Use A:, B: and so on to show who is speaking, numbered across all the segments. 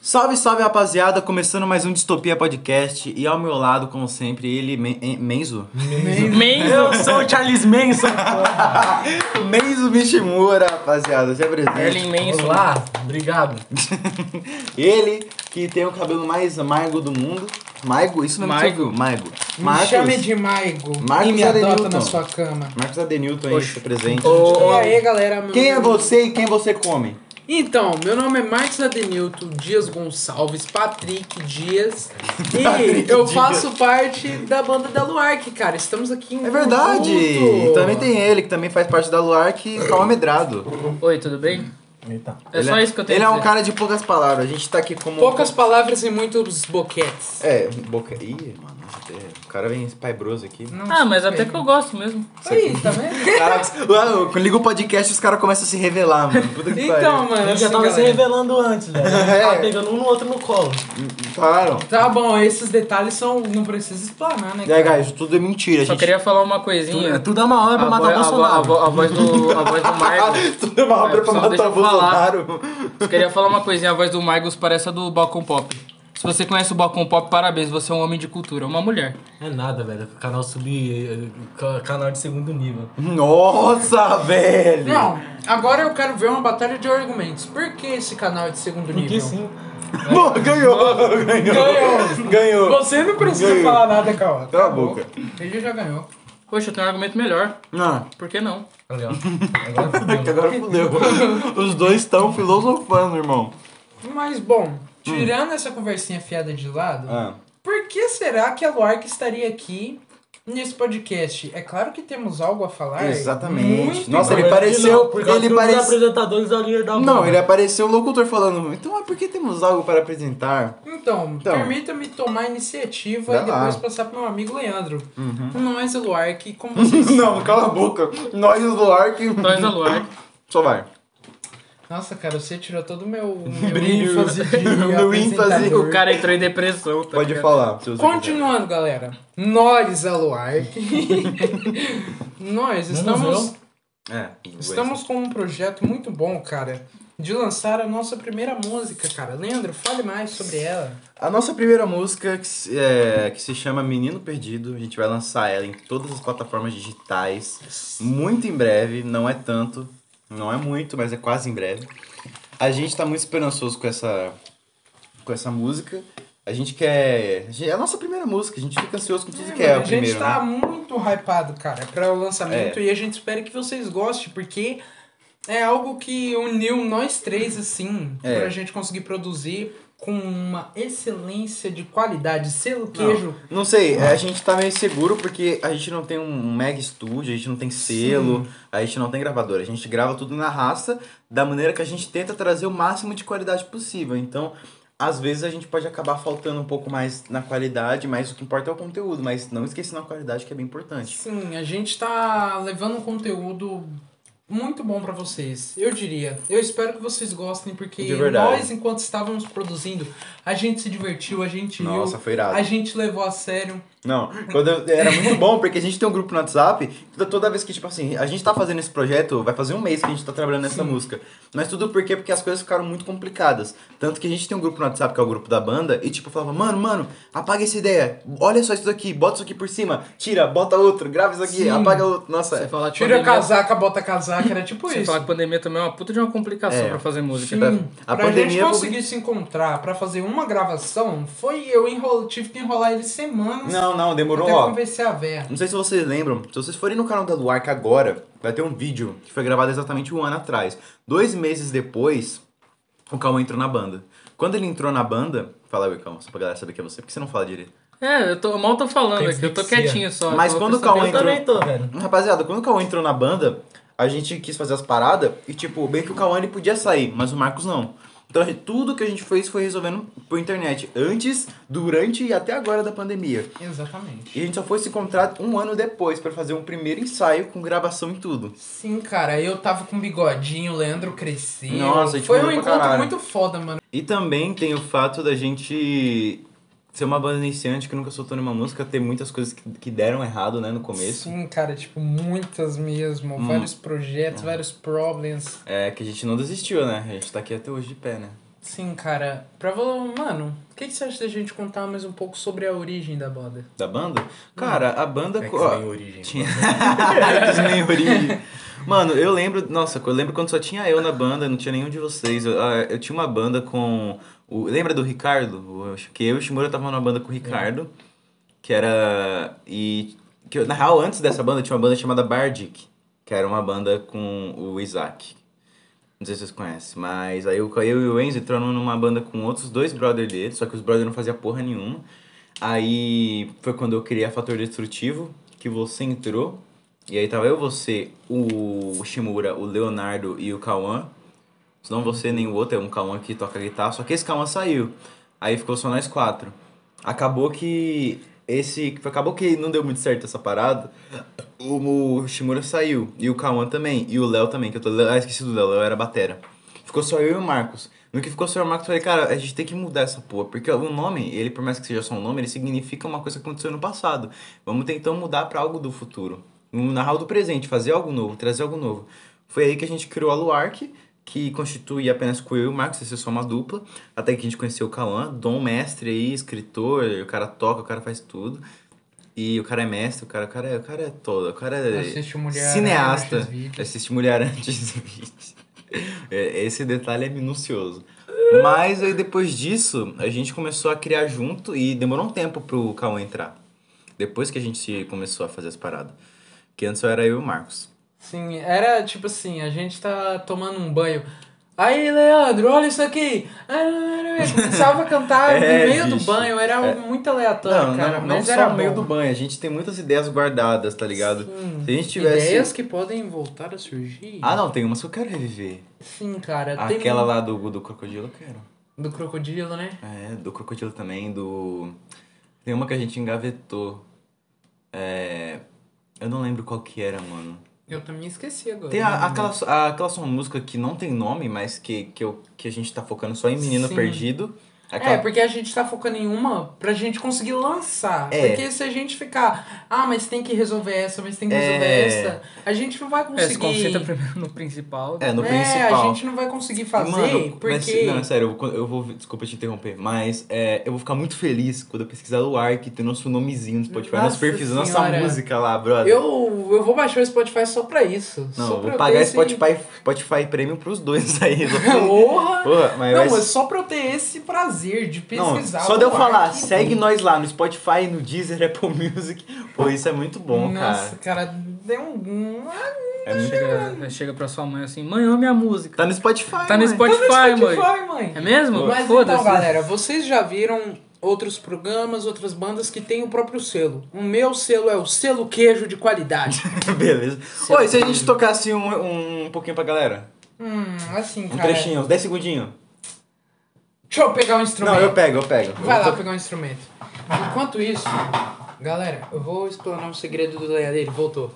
A: Salve, salve rapaziada, começando mais um Distopia Podcast e ao meu lado, como sempre, ele, Men- en- Menzo.
B: Eu sou o Charles Manson.
A: Menzo Mishimura, rapaziada, é se apresente.
B: Merlin Manson.
C: Olá, obrigado.
A: Ele que tem o cabelo mais amargo do mundo. Maigo, isso mesmo que você
B: Maigo.
A: viu? Maigo.
C: Me
A: Marcos,
C: chame de Maigo
A: Marcos
C: e me
A: Adenilton.
C: adota na sua cama.
A: Marcos Adenilton aí, se presente.
C: E aí, galera? meu
A: Quem é
C: nome-
A: você e quem você come?
C: Então, meu nome é Marcos Adenilton Dias Gonçalves, Patrick Dias. E
A: Patrick
C: eu
A: Dias.
C: faço parte da banda da Luark, cara. Estamos aqui em um
A: É verdade!
C: conjunto.
A: E também tem ele, que também faz parte da Luar, que tá medrado.
B: Oi, tudo bem?
D: Eita.
B: É só isso que eu tenho
A: Ele é
B: que
A: um
B: dizer.
A: cara de poucas palavras, a gente tá aqui como...
C: Poucas palavras e muitos boquetes.
A: É, boca. Ih, mano, até- o cara vem paibroso aqui.
B: Ah, mas até que eu gosto mesmo.
C: Aí, tá vendo?
A: Caraca, uau, quando liga o podcast os caras começam a se revelar, mano. Puta que
C: Então, mano,
D: Ele
C: assim,
D: já tava se
C: galera,
D: revelando antes, velho.
A: É.
D: Tava pegando um no outro no colo.
A: pariu. Falaram.
C: Tá bom, esses detalhes são. Não precisa explanar, né?
A: E aí,
C: cara?
A: guys, tudo é mentira,
B: Só
A: gente.
B: queria falar uma
A: É,
B: coisinha.
A: Tudo é uma obra pra
B: A
A: matar o
B: voz- a
A: Bolsonaro.
B: vo- a voz do- a voz do Marcos.
A: Tudo é uma obra
B: É,
A: pra
B: só
A: matar
B: deixa
A: o
B: eu falar.
A: Bolsonaro.
B: Eu queria falar uma coisinha, a voz do Marcos parece a do Balcão Pop. Se você conhece o Balcão Pop, parabéns, você é um homem de cultura, uma mulher.
D: É nada, velho. Canal subir. Canal de segundo nível.
A: Nossa, velho.
C: Não, agora eu quero ver uma batalha de argumentos. Por que esse canal é de segundo nível?
D: Porque sim.
A: Bom, ganhou, ganhou.
C: Ganhou.
A: Ganhou.
C: Você não precisa
A: Ganhou.
C: falar nada, Cauã.
A: Cala a boca.
C: Ele já ganhou.
B: Poxa, eu tenho um argumento melhor.
A: Não,
B: Por que não?
D: Ali, ó. Agora fudeu.
A: que agora fudeu. Os dois estão filosofando, irmão.
C: Mas, bom, tirando essa conversinha fiada de lado,
A: Ah.
C: por que será que a Luark estaria aqui nesse podcast? É claro que temos algo a falar.
A: Exatamente.
C: Muito
A: Nossa, ele
D: Agora
A: pareceu.
D: não, por causa
A: Ele
D: que um dos
A: pareceu.
D: apresentadores da Linha da
A: Não,
D: Bola.
A: ele apareceu o locutor falando. Então, é porque temos algo para apresentar.
C: Então,
A: Então.
C: permita-me tomar a iniciativa
A: Vai
C: e depois
A: lá. Uhum.
C: passar pro meu amigo Leandro. Nós, a Luark, como vocês
A: Não, cala a boca. Nós do Ark.
B: Nós Tá da Luar.
A: Só vai.
C: Nossa, cara, você tirou todo o meu, meu
A: Brilho.
C: ênfase de
A: Meu ênfase.
C: apresentador.
B: O cara entrou em depressão, tá
A: Pode
B: ligado?
A: falar. se você
C: Continuando, galera. Nós, a Luark. nós
D: Menos
C: estamos,
A: quiser. É.
C: estamos com um projeto muito bom, cara. De lançar a nossa primeira música, cara. Leandro, fale mais sobre ela.
A: A nossa primeira música, que se, é, que se chama Menino Perdido, a gente vai lançar ela em todas as plataformas digitais, muito em breve, não é tanto, não é muito, mas é quase em breve. A gente tá muito esperançoso com essa, com essa música, a gente quer... a gente- É a nossa primeira música, a gente fica ansioso com tudo que é
C: a
A: o
C: gente
A: primeiro,
C: tá
A: né?
C: muito hypado, cara, para o lançamento.
A: É.
C: E a gente espera que vocês gostem, porque é algo que uniu nós três, assim,
A: É.
C: pra gente conseguir produzir com uma excelência de qualidade. Selo
A: Não.
C: queijo.
A: Não sei, a gente tá meio seguro porque a gente não tem um mega estúdio, a gente não tem selo, a gente não tem gravadora. A gente grava tudo na raça, da maneira que a gente tenta trazer o máximo de qualidade possível. Então, às vezes a gente pode acabar faltando um pouco mais na qualidade, mas o que importa é o conteúdo, mas não esquecendo a qualidade que é bem importante.
C: Sim, a gente tá levando um conteúdo muito bom pra vocês, eu diria. Eu espero que vocês gostem, porque
A: De verdade.
C: nós, enquanto estávamos produzindo, a gente se divertiu, a gente
A: Nossa,
C: riu,
A: foi irado.
C: a gente levou a sério.
A: Não, quando eu- era muito bom, porque a gente tem um grupo no WhatsApp, toda, toda vez que, tipo assim, a gente tá fazendo esse projeto, vai fazer um mês que a gente tá trabalhando nessa música. Mas tudo por quê? Porque as coisas ficaram muito complicadas. Tanto que a gente tem um grupo no WhatsApp, que é o grupo da banda, e tipo, falava, mano, mano, apaga essa ideia, olha só isso daqui, bota isso aqui por cima, tira, bota outro, grava isso aqui,
C: Sim.
A: apaga outro. Nossa,
B: Você
A: é.
B: falar que
C: Tira a
B: pandemia-
C: casaca, bota a casaca, era tipo
B: Você
C: isso.
B: falar que pandemia também é uma puta de uma complicação
A: É.
B: pra fazer música.
C: Sim,
A: A
C: pra gente
A: pandemia- é
C: conseguir se encontrar pra fazer uma gravação, foi eu enrolo, tive que enrolar ele semanas
A: Não, não, demorou,
C: até
A: ó.
C: convencer a Vera.
A: Não sei se vocês lembram, se vocês forem no canal da Luarca agora, vai ter um vídeo que foi gravado exatamente um ano atrás. Dois meses depois, o Calma entrou na banda. Quando ele entrou na banda, fala aí, Calma, só pra galera saber que é você, porque você não fala direito.
B: É, eu tô, eu mal tô falando
D: Tem
B: aqui, eu tô
D: dislexia.
B: quietinho só.
A: Mas
B: eu tô
A: quando o
B: prestando
A: Cauã
D: Eu
B: atenção.
D: também tô, velho.
A: Rapaziada, quando o Cauã entrou na banda, a gente quis fazer as paradas e, tipo, bem que o Cauã ele podia sair, mas o Marcos não. Então, tudo que a gente fez foi resolvendo por internet, antes, durante e até agora da pandemia.
C: Exatamente.
A: E a gente só foi se encontrar um ano depois pra fazer um primeiro ensaio com gravação e tudo.
C: Sim, cara, eu tava com bigodinho, o Leandro cresceu.
A: Nossa, a gente
C: Foi um
A: mudou pra
C: encontro
A: caralho.
C: muito foda, mano.
A: E também tem o fato da gente ser uma banda iniciante que nunca soltou nenhuma música, ter muitas coisas que, que deram errado, né, no começo.
C: Sim, cara, tipo, muitas mesmo.
A: Hum.
C: Vários projetos, vários problems.
A: É que a gente não desistiu, né? A gente tá aqui até hoje de pé, né?
C: Sim, cara. Pra vo- Mano, o que, que você acha da gente contar mais um pouco sobre a origem da banda?
A: Da banda? Cara, a banda.
E: X-Men
A: ó,
E: Origem.
A: Tinha... X-Men Origem. Mano, eu lembro. Nossa, eu lembro quando só tinha eu na banda, não tinha nenhum de vocês. Eu, ah, eu tinha uma banda com. O... Lembra do Ricardo? O- acho Que eu e o Shimura tava numa banda com o Ricardo. Que era. E. Que, eu- na real, antes dessa banda tinha uma banda chamada Bardic. Que era uma banda com o Isaac. Não sei se vocês conhecem, mas aí eu, eu e o Enzo entramos numa banda com outros dois brothers dele, só que os brothers não faziam porra nenhuma. Aí foi quando eu criei a Fator Destrutivo, que você entrou. E aí tava eu, você, o Shimura, o Leonardo e o Kawan. Senão você nem o outro, é um Kawan que toca guitarra. Só que esse Kawan saiu. Aí ficou só nós quatro. Acabou que. Esse. Acabou que não deu muito certo essa parada. O, o Shimura saiu. E o Kawan também. E o Léo também, que eu tô. Ah, esqueci do Léo, o Léo era batera. Ficou só eu e o Marcos. No que ficou só eu e o Marcos, eu falei, cara, a gente tem que mudar essa porra. Porque o nome, ele, por mais que seja só um nome, ele significa uma coisa que aconteceu no passado. Vamos tentar mudar pra algo do futuro. Na real do presente, fazer algo novo, trazer algo novo. Foi aí que a gente criou a Luark, que constitui apenas com eu e o Marcos, isso é só uma dupla. Até que a gente conheceu o Cauã, dom mestre aí, escritor, o cara toca, o cara faz tudo. E o cara é mestre, o cara, o cara, é, o cara é todo, o cara é
C: Assiste Mulher
A: cineasta. É.
C: Antes Vídeo.
A: Assiste Mulher Antes do Vídeo. É, Esse detalhe é minucioso. Mas aí depois disso, a gente começou a criar junto e demorou um tempo pro Cauã entrar. Depois que a gente se- começou a fazer as paradas. Que antes só era eu e o Marcos.
C: Sim, era tipo assim, a gente tá tomando um banho. Aí, Leandro, olha isso aqui! Ah, Começava a cantar
A: É,
C: no meio do
A: bicho.
C: banho, era algo muito aleatório, cara. mas era
A: no meio
C: bom.
A: do banho, a gente tem muitas ideias guardadas, tá ligado?
C: Sim.
A: Se a gente tivesse.
C: Hum, Ideias que podem voltar a surgir.
A: Ah, não, tem umas que eu quero reviver.
C: Sim, cara. tem
A: Aquela
C: um-
A: lá do, do crocodilo eu quero.
C: Do crocodilo, né?
A: É, do crocodilo também, do. Tem uma que a gente engavetou. É. Eu não lembro qual que era, mano.
C: Eu também esqueci agora.
A: Tem a- aquela, so- a- aquela sua música que não tem nome, mas que, que, eu, que a gente tá focando só em menino
C: Sim.
A: perdido.
C: É,
A: Aquela...
C: porque a gente tá focando em uma pra gente conseguir lançar.
A: É.
C: Porque se a gente ficar, ah, mas tem que resolver essa, mas tem que
A: É.
C: resolver essa, a gente não vai
B: É, se
C: conseguir.
B: concentra primeiro no principal.
A: É, no
C: é,
A: principal.
C: a gente não vai conseguir fazer
A: Mano,
C: porque.
A: mas- não, é sério, eu vou, eu vou- Desculpa te interromper, mas é, eu vou ficar muito feliz quando eu pesquisar o Ark, ter nosso nomezinho no Spotify, nosso
C: Nossa
A: perfil, nossa
C: senhora.
A: música lá, brother.
C: Eu, eu vou baixar o Spotify só pra isso.
A: Não, eu
C: só pra
A: vou
C: eu
A: pagar
C: ter
A: esse Spotify, Spotify Premium pros dois aí.
C: Porra!
A: Porra, mas
C: Não,
A: vai-
C: é só pra eu ter esse prazer de
A: Não,
C: pesquisar.
A: só
C: o
A: de eu
C: ar
A: falar,
C: que-
A: segue nós lá no Spotify, no Deezer, Apple Music. Pô, isso é muito bom,
C: Nossa,
A: cara.
C: cara, deu um.
A: É muito...
B: Chega, chega pra sua mãe assim, mãe, olha minha música.
A: Tá no Spotify,
B: Tá no
A: mãe.
B: Spotify, mãe.
C: Spotify, mãe.
B: É mesmo?
C: Mas então,
B: Foda-se.
C: galera, vocês já viram outros programas, outras bandas que têm o próprio selo. O meu selo é o selo queijo de qualidade.
A: Beleza. Oi, se a gente tocasse um, um pouquinho pra galera?
C: hum, assim,
A: Um
C: cara.
A: trechinho, uns 10 segundinhos.
C: Deixa eu pegar um
A: Não,
C: instrumento.
A: eu pego, eu pego.
C: Vai
A: Eu
C: lá
A: tô-
C: pegar um instrumento. Enquanto isso, galera, eu vou explanar um segredo do Leia dele. Voltou.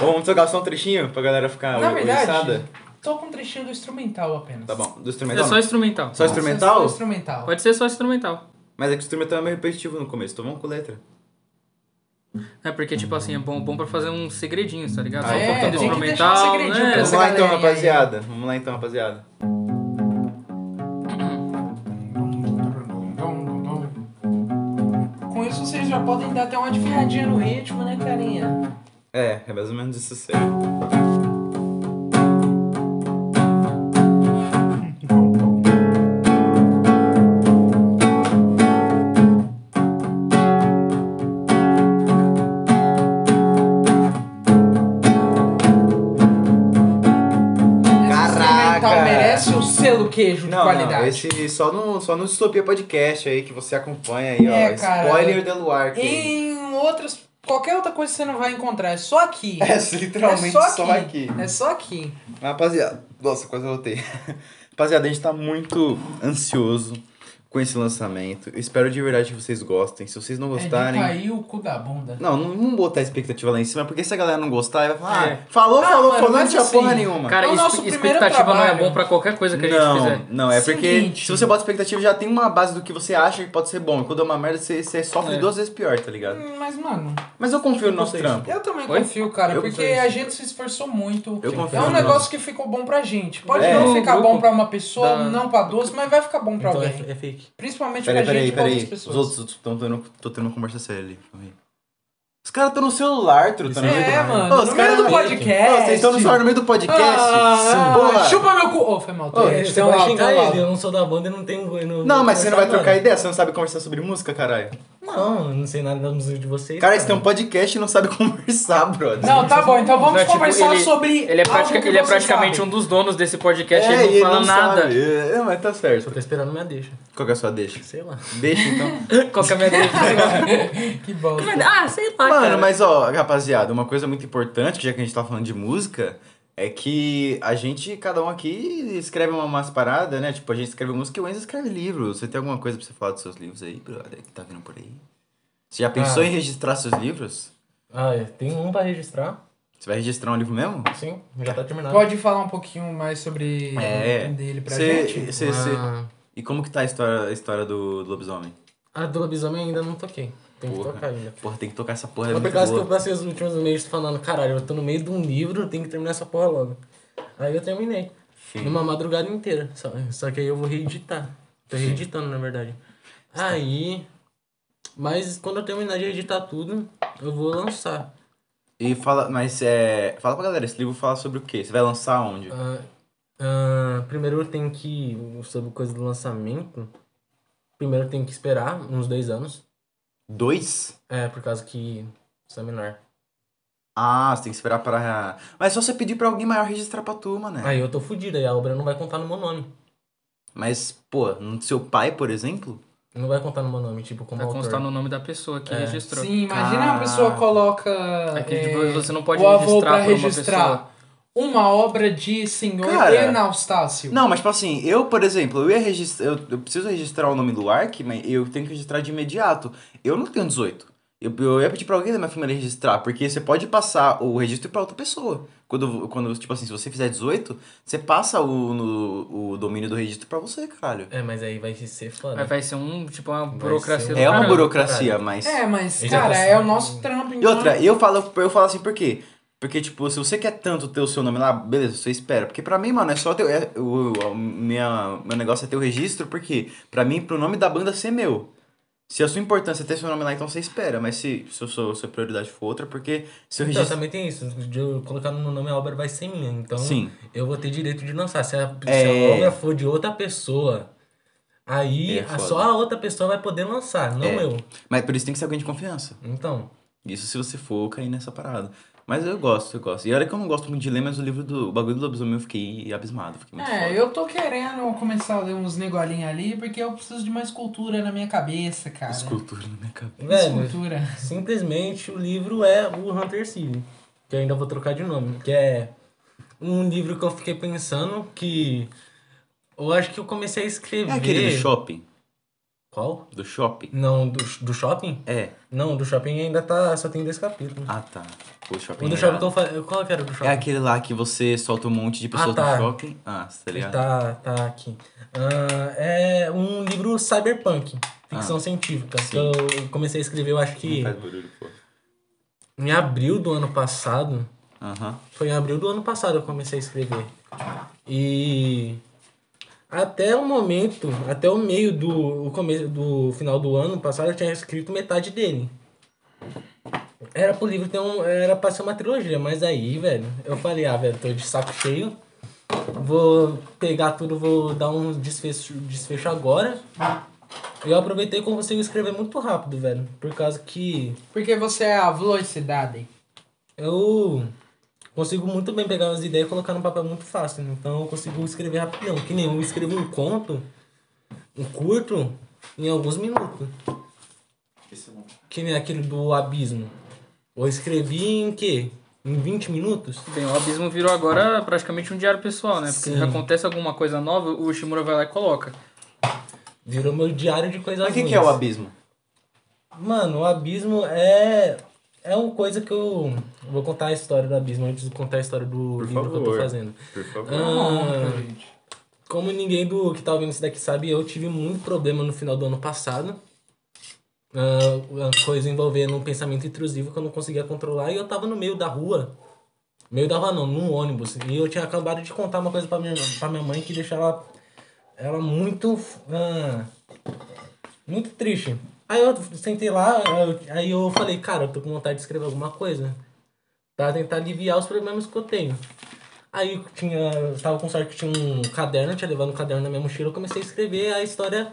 A: Vamos tocar só um trechinho pra galera ficar
C: Na
A: oi-
C: verdade,
A: oriçada?
C: tô com um trechinho do instrumental apenas.
A: Ah, Tá bom, do
B: É
A: instrumental.
B: só
A: não.
B: instrumental.
A: Só instrumental?
C: Só instrumental.
B: Pode ser só instrumental.
A: Mas é que o instrumental é meio repetitivo no começo, então vamos com letra.
B: É porque, tipo assim, é bom, bom pra fazer uns segredinhos, tá ligado?
A: Ah,
B: Só
A: é?
B: um pouquinho
A: Tem
B: do
A: que
C: deixar um
B: instrumental,
C: segredinho pra
B: né?
A: Vamos
C: essa
A: lá então,
C: galerinha aí.
A: rapaziada. Vamos lá então, rapaziada.
C: Com isso, vocês já podem dar até uma adivinhadinha no ritmo, né, carinha?
A: É, é mais ou menos isso assim. Caraca!
C: Caraca! merece o selo queijo de
A: Não, não,
C: qualidade.
A: esse só no, só no Distopia Podcast aí que você acompanha aí,
C: É,
A: ó.
C: cara.
A: Spoiler do Luar.
C: Em outras. Qualquer outra coisa você não vai encontrar. É só aqui.
A: É literalmente
C: É
A: só,
C: só
A: aqui.
C: É só aqui.
A: Rapaziada, nossa, quase eu voltei. Rapaziada, a gente tá muito ansioso com esse lançamento. Eu espero de verdade que vocês gostem. Se vocês não
C: É de
A: gostarem.
C: cair o cu da bunda.
A: Não, não, não botar a expectativa lá em cima, porque se a galera não gostar, aí vai falar,
B: É.
A: ah, falou,
C: Ah,
A: falou,
C: mano,
A: falou, não
C: mas
A: tinha
C: assim,
A: porra nenhuma.
B: Cara,
C: É o
B: espe-
C: nosso primeiro
B: expectativa não é
C: trabalho.
B: bom pra qualquer coisa que a gente
A: Não,
B: fizer.
A: não, é porque
C: Seguinte.
A: se você bota expectativa, já tem uma base do que você acha que pode ser bom. E quando é uma merda, você, você sofre
B: É.
A: duas vezes pior, tá ligado?
C: Hum, Mas, mano,
A: Mas eu confio no nosso
B: Vocês.
A: trampo.
C: eu também
B: Oi?
C: confio, cara,
A: Eu
C: porque
A: confio.
C: a gente se esforçou muito.
A: Eu confio
C: É um
A: no
C: negócio que ficou bom pra gente. Pode
A: É.
C: não
B: Um
C: ficar
B: grupo
C: bom pra uma pessoa,
B: da-
C: não pra duas, mas vai ficar bom pra
D: Então é,
C: alguém.
D: é fake.
C: Principalmente
A: Peraí,
C: pra
A: peraí,
C: gente e pra
A: peraí.
C: outras
A: Os
C: pessoas.
A: outros estão tendo, tô tendo uma conversa séria ali. calma aí. Os caras estão no celular, trutando.
C: É, mano,
A: os
C: no meio
A: caras
C: do
A: tão- Ô,
C: podcast.
A: vocês estão no celular no meio do podcast?
C: Ah,
A: Porra.
C: chupa meu cu. Ô, foi mal.
A: Ô,
C: Tô,
D: É,
C: tô
D: você
C: lá,
D: vai
C: tô
D: xingar
C: lá.
D: ele, eu não sou da banda e não tenho. eu
A: Não, mas você não vai
D: conversar,
A: trocar
D: mano.
A: ideia? Você não sabe conversar sobre música, caralho?
D: Não, eu não sei nada da música de vocês.
A: Cara, você tem um podcast e não sabe conversar, brother.
C: Não, tá bom, então vamos
B: Não, tipo,
C: conversar
B: ele-
C: sobre.
B: Ele é, pratica-
C: algo que
B: ele é
C: você
B: praticamente
C: sabe.
B: um dos donos desse podcast,
A: É,
B: ele
A: e
B: não fala nada.
A: sabe. É, mas tá certo.
D: Eu tô esperando minha deixa.
A: Qual que é a sua deixa?
D: Sei lá.
A: Deixa então.
B: Qual que é a minha
C: Que bosta.
B: Ah, sei lá,
A: Mano, mas ó, rapaziada, uma coisa muito importante, que já que a gente tá falando de música, é que a gente, cada um aqui, escreve uma- umas paradas, né? Tipo, a gente escreve música e o Enzo escreve livro. Você tem alguma coisa pra você falar dos seus livros aí, brother, que tá vindo por aí? Você já pensou
D: Ah.
A: em registrar seus livros?
D: Ah, eu tenho um pra registrar.
A: Você vai registrar um livro mesmo?
D: Sim, já tá terminado.
C: Pode falar um pouquinho mais sobre
A: É.
C: dele pra
A: Você-
C: gente?
A: você- você-
D: Ah,
A: E como que tá a história, a história do, do lobisomem?
D: a do lobisomem ainda não toquei. Tem que
A: Porra.
D: tocar ainda.
A: Porra, tem que tocar essa porra, é
D: Mas
A: muito
D: por causa que eu
A: boa.
D: passei os últimos meses falando, caralho, eu tô no meio de um livro, eu tenho que terminar essa porra logo. Aí eu terminei.
A: Sim.
D: Numa madrugada inteira. Só, só que aí eu vou reeditar. Tô reeditando, na verdade. Aí. Mas quando eu terminar de editar tudo, eu vou lançar.
A: E fala, mas é... Fala pra galera, esse livro fala sobre o quê? Você vai lançar onde?
D: Ah, ah, primeiro eu tenho que. Sobre coisa do lançamento. Primeiro eu tenho que esperar uns dois anos.
A: Dois?
D: É, por causa que. Sou menor.
A: Ah, você tem que esperar pra. Mas é só você pedir pra alguém maior registrar pra né? tu, mané.
D: Aí eu tô fudido, aí a obra não vai contar no meu nome.
A: Mas, pô, no seu pai, por exemplo?
D: Não vai contar no meu nome, tipo, como
B: Vai
D: autor.
B: constar no nome da pessoa que
D: É.
B: registrou.
C: Sim, imagina
A: Ah.
C: uma pessoa coloca.
B: Aqui,
C: é,
B: tipo, você não pode
C: o avô
B: registrar
C: pra
B: por uma
C: registrar
B: pessoa.
C: uma, obra de senhor
A: Cara.
C: Enaustácio.
A: Não, mas tipo assim, eu, por exemplo, eu ia registrar. Eu, eu preciso registrar o nome do Ark, mas eu tenho que registrar de imediato. Eu não tenho 18. Eu, eu ia pedir pra alguém da minha família registrar, porque você pode passar o registro pra outra pessoa. Quando, quando tipo assim, se você fizer 18, você passa o, no- o domínio do registro pra você, caralho.
D: É, mas aí vai ser foda.
B: Mas vai ser um, tipo, uma
D: Vai
B: burocracia
D: ser
B: do
D: um-
A: É uma
B: caramba.
A: burocracia, mas.
C: É, mas,
D: Ele já
C: cara,
D: tá-
C: é o nosso trampo.
A: E
C: Então...
A: outra,
D: Uhum.
A: eu falo, eu falo assim, por quê? Porque, tipo, se você quer tanto ter o seu nome lá, beleza, você espera. Porque pra mim, mano, é só ter. É, o, a minha, meu negócio é ter o registro, porque pra mim, pro nome da banda ser meu. Se a sua importância é ter seu nome lá, então você espera. Mas se, se, eu sou, se a prioridade for outra, porque se eu
D: Então,
A: registro.
D: também tem isso. De eu colocar no meu nome a obra vai ser minha. Então,
A: Sim.
D: eu vou ter direito de lançar. Se a, se
A: É.
D: a obra for de outra pessoa, aí
A: É
D: a-
A: foda.
D: só a outra pessoa vai poder lançar, não
A: É.
D: eu.
A: Mas por isso tem que ser alguém de confiança.
D: Então,
A: Isso se você for cair nessa parada. Mas eu gosto, eu gosto. E olha que eu não gosto muito de ler, mas o livro do. O bagulho do lobisomem eu fiquei abismado. Fiquei muito foda.
C: É, eu tô querendo começar a ler uns negolinhos ali, porque eu preciso de mais cultura na minha cabeça, cara.
A: Escultura na minha cabeça.
D: velho,
C: Cultura.
D: simplesmente o livro é o Hunter City. Que eu ainda vou trocar de nome. Que é um livro que eu fiquei pensando que... Eu acho que eu comecei a escrever...
A: É aquele do shopping?
D: Qual?
A: Do shopping?
D: Não, do, do shopping?
A: É.
D: Não, do shopping ainda tá... Só tem dois capítulos.
A: Ah, tá. O shopping.
D: o do
A: é
D: shopping que
A: irado.
D: eu falei... Qual que era o do shopping?
A: É aquele lá que você solta um monte de pessoas
D: Ah, tá.
A: no shopping. Ah, você tá
D: Ele
A: ligado?
D: tá, tá aqui. Ah, é um livro cyberpunk, ficção científica. que
A: Ah. Sim.
D: eu comecei a escrever, eu acho que
A: Não faz barulho, pô.
D: em abril do ano passado.
A: Aham.
D: Foi em abril do ano passado eu comecei a escrever. E até o momento, até o meio do o começo do final do ano passado, eu tinha escrito metade dele. Era pro livro ter um, era pra ser uma trilogia, mas aí, velho, eu falei, ah, velho, tô de saco cheio. Vou pegar tudo, vou dar um desfecho, desfecho agora. Eu aproveitei que eu consegui escrever muito rápido, velho. Por causa que
C: Porque você é a velocidade.
D: eu consigo muito bem pegar as ideias e colocar no papel muito fácil. né? Então eu consigo escrever rapidão. Que nem eu escrevo um conto, um curto, em alguns minutos.
A: é
D: Que nem aquele do abismo. Eu escrevi em quê? Em 20 minutos?
B: Bem, o Abismo virou agora praticamente um diário pessoal, né? Porque
D: Sim.
B: acontece alguma coisa nova, o Shimura vai lá e coloca.
D: Virou meu diário de coisas
A: Mas o que,
D: ruins.
A: que é o abismo?
D: Mano, o abismo é. É uma coisa que eu. eu Vou contar a história do abismo antes de contar a história do
A: Por
D: livro que eu tô
A: favor.
D: fazendo.
A: Por favor.
D: Ah, como ninguém do que tá ouvindo isso daqui sabe, eu tive muito problema no final do ano passado. Ah, uma coisa envolvendo um pensamento intrusivo que eu não conseguia controlar e eu tava no meio da rua. Meio da rua não, num ônibus. E eu tinha acabado de contar uma coisa pra minha, pra minha mãe que deixava ela muito. ah, muito triste. Aí eu sentei lá, eu- aí eu falei, cara, eu tô com vontade de escrever alguma coisa. Pra tentar aliviar os problemas que eu tenho. Aí eu tinha. Eu tava com sorte que tinha um caderno, eu tinha levado um caderno na minha mochila, eu comecei a escrever a história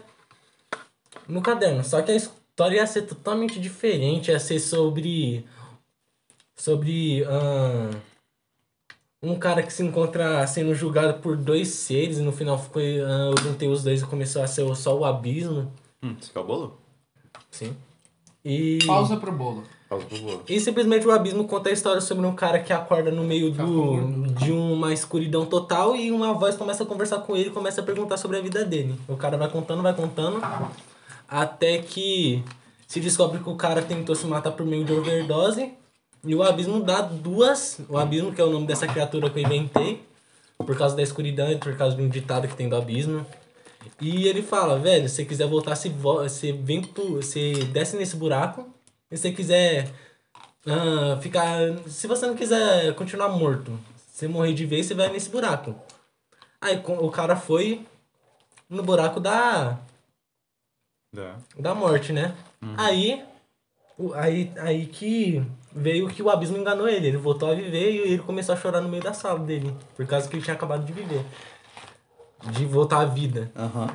D: no caderno. Só que a história ia ser totalmente diferente, ia ser sobre. Sobre. ahn, um cara que se encontra sendo julgado por dois seres e no final ficou, ahn, eu juntei os dois e começou a ser só o abismo.
A: Hum, você quer o bolo?
D: Sim. E.
B: Pausa pro bolo.
A: Pausa pro bolo.
D: E simplesmente o abismo conta a história sobre um cara que acorda no meio do, de uma escuridão total e uma voz começa a conversar com ele e começa a perguntar sobre a vida dele. O cara vai contando, vai contando, até que se descobre que o cara tentou se matar por meio de overdose. E o abismo dá duas. O abismo, que é o nome dessa criatura que eu inventei, por causa da escuridão e por causa de um ditado que tem do abismo. E ele fala, velho, se você quiser voltar, se vo- você vem pro. Você desce nesse buraco. E se você quiser ah, ficar. Se você não quiser continuar morto, você morrer de vez, você vai nesse buraco. Aí co- o cara foi no buraco da.
A: Dá.
D: Da morte, né? Aí. o- Aí, aí que veio que o abismo enganou ele. Ele voltou a viver e ele começou a chorar no meio da sala dele. Por causa que ele tinha acabado de viver. De voltar à vida.
A: Aham.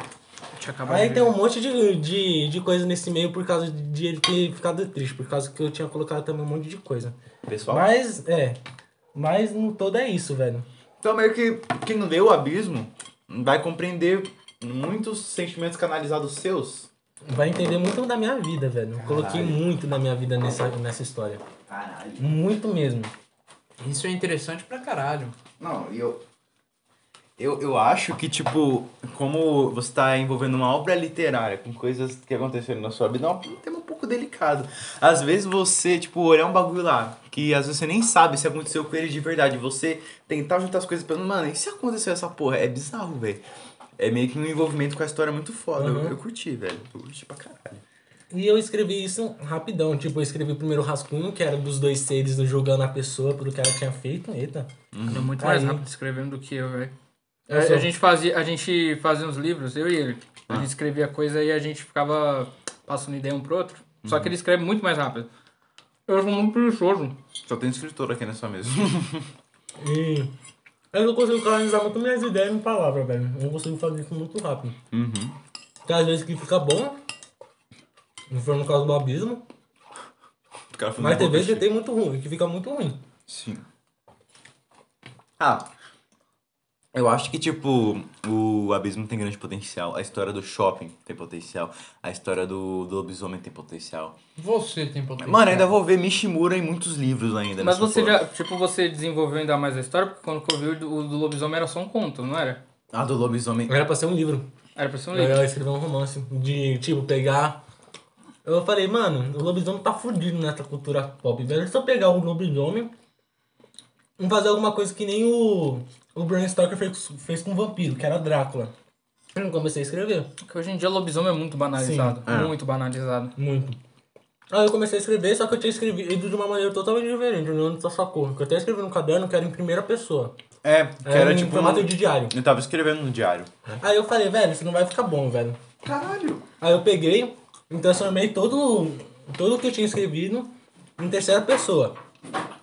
B: Deixa eu acabar
D: Aí
B: de
D: tem
B: ver.
D: um monte de, de, de coisa nesse meio por causa de ele ter ficado triste, por causa que eu tinha colocado também um monte de coisa.
A: Pessoal?
D: Mas, é. Mas no todo é isso, velho.
A: Então meio que quem leu o abismo vai compreender muitos sentimentos canalizados seus.
D: Vai entender muito da minha vida, velho. Eu Coloquei muito da minha vida nessa, nessa história.
A: Caralho.
D: Muito mesmo.
C: Isso é interessante pra caralho.
A: Não, e eu. Eu, eu acho que, tipo, como você tá envolvendo uma obra literária com coisas que aconteceram na sua vida, é um tema um pouco delicado. Às vezes você, tipo, olhar um bagulho lá, que às vezes você nem sabe se aconteceu com ele de verdade. Você tentar juntar as coisas pensando, mano, e se aconteceu essa porra? É bizarro, velho. É meio que um envolvimento com a história muito foda. Eu,
D: Uhum.
A: eu curti, velho. Eu curti pra caralho.
D: E eu escrevi isso rapidão. Tipo, eu escrevi o primeiro rascunho, que era dos dois seres julgando a pessoa pelo que ela tinha feito. Eita.
B: Ele é muito mais
D: Aí. É,
B: rápido escrevendo do que eu, velho.
D: Eu
B: A,
D: sou.
B: a gente fazia, a gente fazia uns livros, eu e ele. A gente escrevia coisa e a gente ficava passando ideia um pro outro. Só
D: Uhum.
B: que ele escreve muito mais rápido. Eu sou muito preguiçoso.
A: Só tem escritor aqui nessa mesa.
D: E eu não consigo canalizar muito minhas ideias em palavra, velho. Eu não consigo fazer isso muito rápido.
A: uhum.
D: Tem às vezes que fica bom. Não foi no caso do abismo.
A: O cara foi
D: Mas
A: muito
D: tem vezes que
A: chique.
D: tem muito ruim, que fica muito ruim.
A: Sim. Ah, eu acho que, tipo, o Abismo tem grande potencial. A história do shopping tem potencial. A história do, do lobisomem tem potencial.
C: Você tem potencial.
A: Mano, ainda vou ver Mishimura em muitos livros ainda.
B: Mas
A: nessa
B: você
A: porra.
B: já, tipo, você desenvolveu ainda mais a história, porque quando que eu vi o do, o do lobisomem era só um conto, não era?
A: Ah, do lobisomem.
D: Era pra ser um livro.
B: Era pra ser um
D: Eu
B: livro.
D: ia escrever um romance. De, tipo, pegar. Eu falei, mano, o lobisomem tá fudido nessa cultura pop, velho. Se eu pegar o lobisomem e fazer alguma coisa que nem o, o Bram Stoker fez, fez com o vampiro, que era Drácula. Eu comecei a escrever.
B: Porque hoje em dia o lobisomem é muito banalizado.
A: Sim. É.
B: Muito banalizado.
D: Muito. Aí eu comecei a escrever, só que eu tinha escrevido de uma maneira totalmente diferente, olhando pra sua cor. Que eu até escrevi num caderno que era em primeira pessoa.
A: É, que
D: Era,
A: era
D: em
A: tipo.
D: formato
A: um-
D: de diário.
A: Eu tava escrevendo no diário.
D: Aí eu falei, velho, isso não vai ficar bom, velho.
A: Caralho!
D: Aí eu peguei e transformei todo tudo que eu tinha escrevido em terceira pessoa.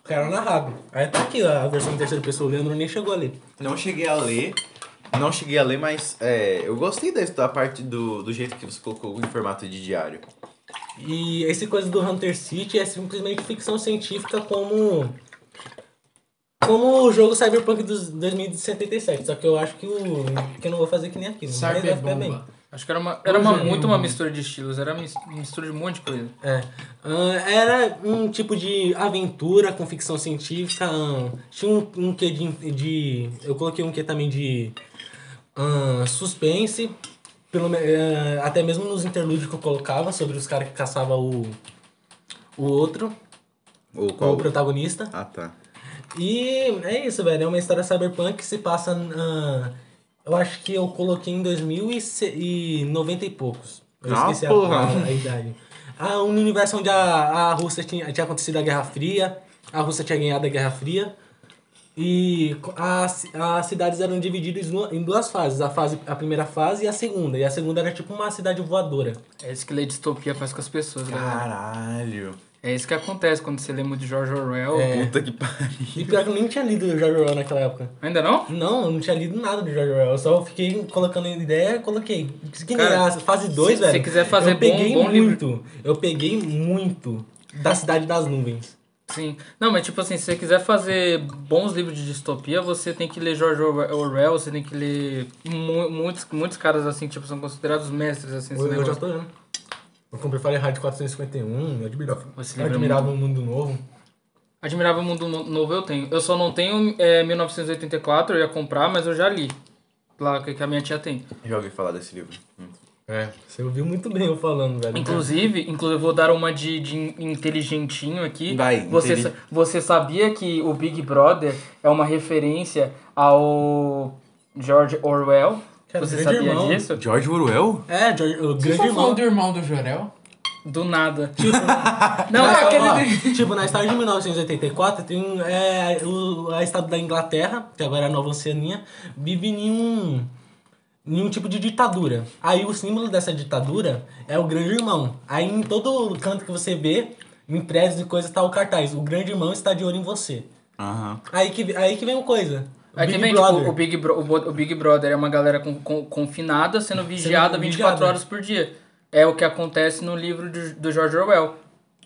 D: Que era narrado. Aí tá aqui ó, a versão em terceira pessoa, o Leandro nem chegou ali.
A: Não cheguei a ler. Não cheguei a ler, mas é, eu gostei da, da parte do, do jeito que você colocou em formato de diário.
D: E esse coisa do Hunter City é simplesmente ficção científica como. Como o jogo Cyberpunk dos 2077. Só que eu acho que o. que eu não vou fazer que nem aquilo. mas vai ficar bem.
C: Cyberbomba.
B: Acho que era, uma, era uma, muito uma mistura de estilos, era mis- mistura de um monte de coisa.
D: É. Ahn, era um tipo de aventura com ficção científica. ahn, tinha um, um quê de, de- Eu coloquei um quê também de. ahn, suspense. pelo, me- eh, até mesmo nos interlúdios que eu colocava sobre os caras que caçavam o, o outro,
A: Ou qual?
D: o protagonista.
A: Ah, tá.
D: E é isso, velho. É uma história cyberpunk que se passa. ah, eu acho que eu coloquei em 2090 e poucos. Eu
A: Ah,
D: esqueci a-
A: porra.
D: A, a idade. Ah, um universo onde a, a Rússia tinha, tinha acontecido a Guerra Fria, a Rússia tinha ganhado a Guerra Fria. E co- as, as cidades eram divididas nu- em duas fases, a, fase, a primeira fase e a segunda. E a segunda era tipo uma cidade voadora.
B: É isso que lê distopia faz com as pessoas, galera.
A: Caralho.
B: É isso que acontece quando você lê muito George Orwell.
D: É.
A: Puta que pariu.
D: E pior que eu nem tinha lido o Jorge Orwell naquela época.
B: Ainda não?
D: Não, eu não tinha lido nada do George Orwell. Eu só fiquei colocando ideia e coloquei. Que nem
B: Cara,
D: a fase 2,
B: se- se
D: velho.
B: quiser fazer
D: eu peguei
B: bom- bom
D: muito. Eu peguei muito da Cidade das Nuvens.
B: Sim. Não, mas tipo assim, se você quiser fazer bons livros de distopia, você tem que ler George Orwell, Orwell, você tem que ler mu- muitos, muitos caras assim, tipo, são considerados mestres assim, esse
D: Eu, eu já
B: negócio.
D: tô lendo. Eu comprei Fahrenheit 451, eu admirava.
B: Você
D: eu
B: lembra
D: admirava o Mundo Novo.
B: Admirável Mundo No- Novo eu tenho. Eu só não tenho é, 1984, eu ia comprar, mas eu já li. Lá que que a minha tia tem.
A: Já ouvi falar desse livro. Hum.
D: É, você ouviu muito bem eu falando, velho.
B: Inclusive, inclusive eu vou dar uma de, de in- inteligentinho aqui.
A: Vai,
B: você,
A: inteli-
B: sa- você sabia que o Big Brother é uma referência ao George Orwell?
D: Cara,
B: você
D: é grande
B: sabia
D: irmão.
B: disso?
A: George Orwell?
D: É, George, o
C: Vocês
D: grande
C: estão tá falando
D: irmão.
C: do irmão do Jorel?
B: Do nada.
D: Não,
B: Não,
D: é,
B: é
D: aquele...
B: aquele-
D: tipo, na história de 1984, tem um, é, o, a estado da Inglaterra, que agora é a Nova Oceania, vive em um, em um tipo de ditadura. Aí o símbolo dessa ditadura é o grande irmão. Aí em todo canto que você vê, em prédios e coisas, tá o cartaz. O grande irmão está de olho em você.
A: Aham.
D: Aí que, aí que vem uma coisa. o
B: É que
D: Big
B: vem, tipo,
D: Brother.
B: o Big, Bro- o Bo- o Big Brother é uma galera com- com- confinada, sendo vigiada 24
D: vigiada.
B: horas por dia. É o que acontece no livro de- do George Orwell.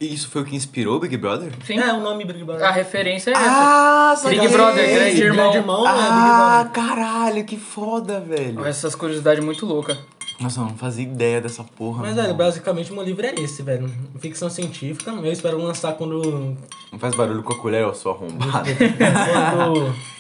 A: E isso foi o que inspirou o Big Brother?
B: Sim,
D: É, o nome Big Brother. é
B: a referência é essa.
A: Ah, saquei!
B: Big Brother, grande
D: grande
B: irmão.
D: irmão é Big Brother.
A: Ah, caralho, que foda, velho.
B: Essas curiosidades muito loucas.
A: Nossa, eu não fazia ideia dessa porra.
D: Mas,
A: mano.
D: velho, basicamente meu livro é esse, velho. Ficção científica. Eu espero lançar quando
A: Não faz barulho com a colher, eu sou arrombado.
D: quando...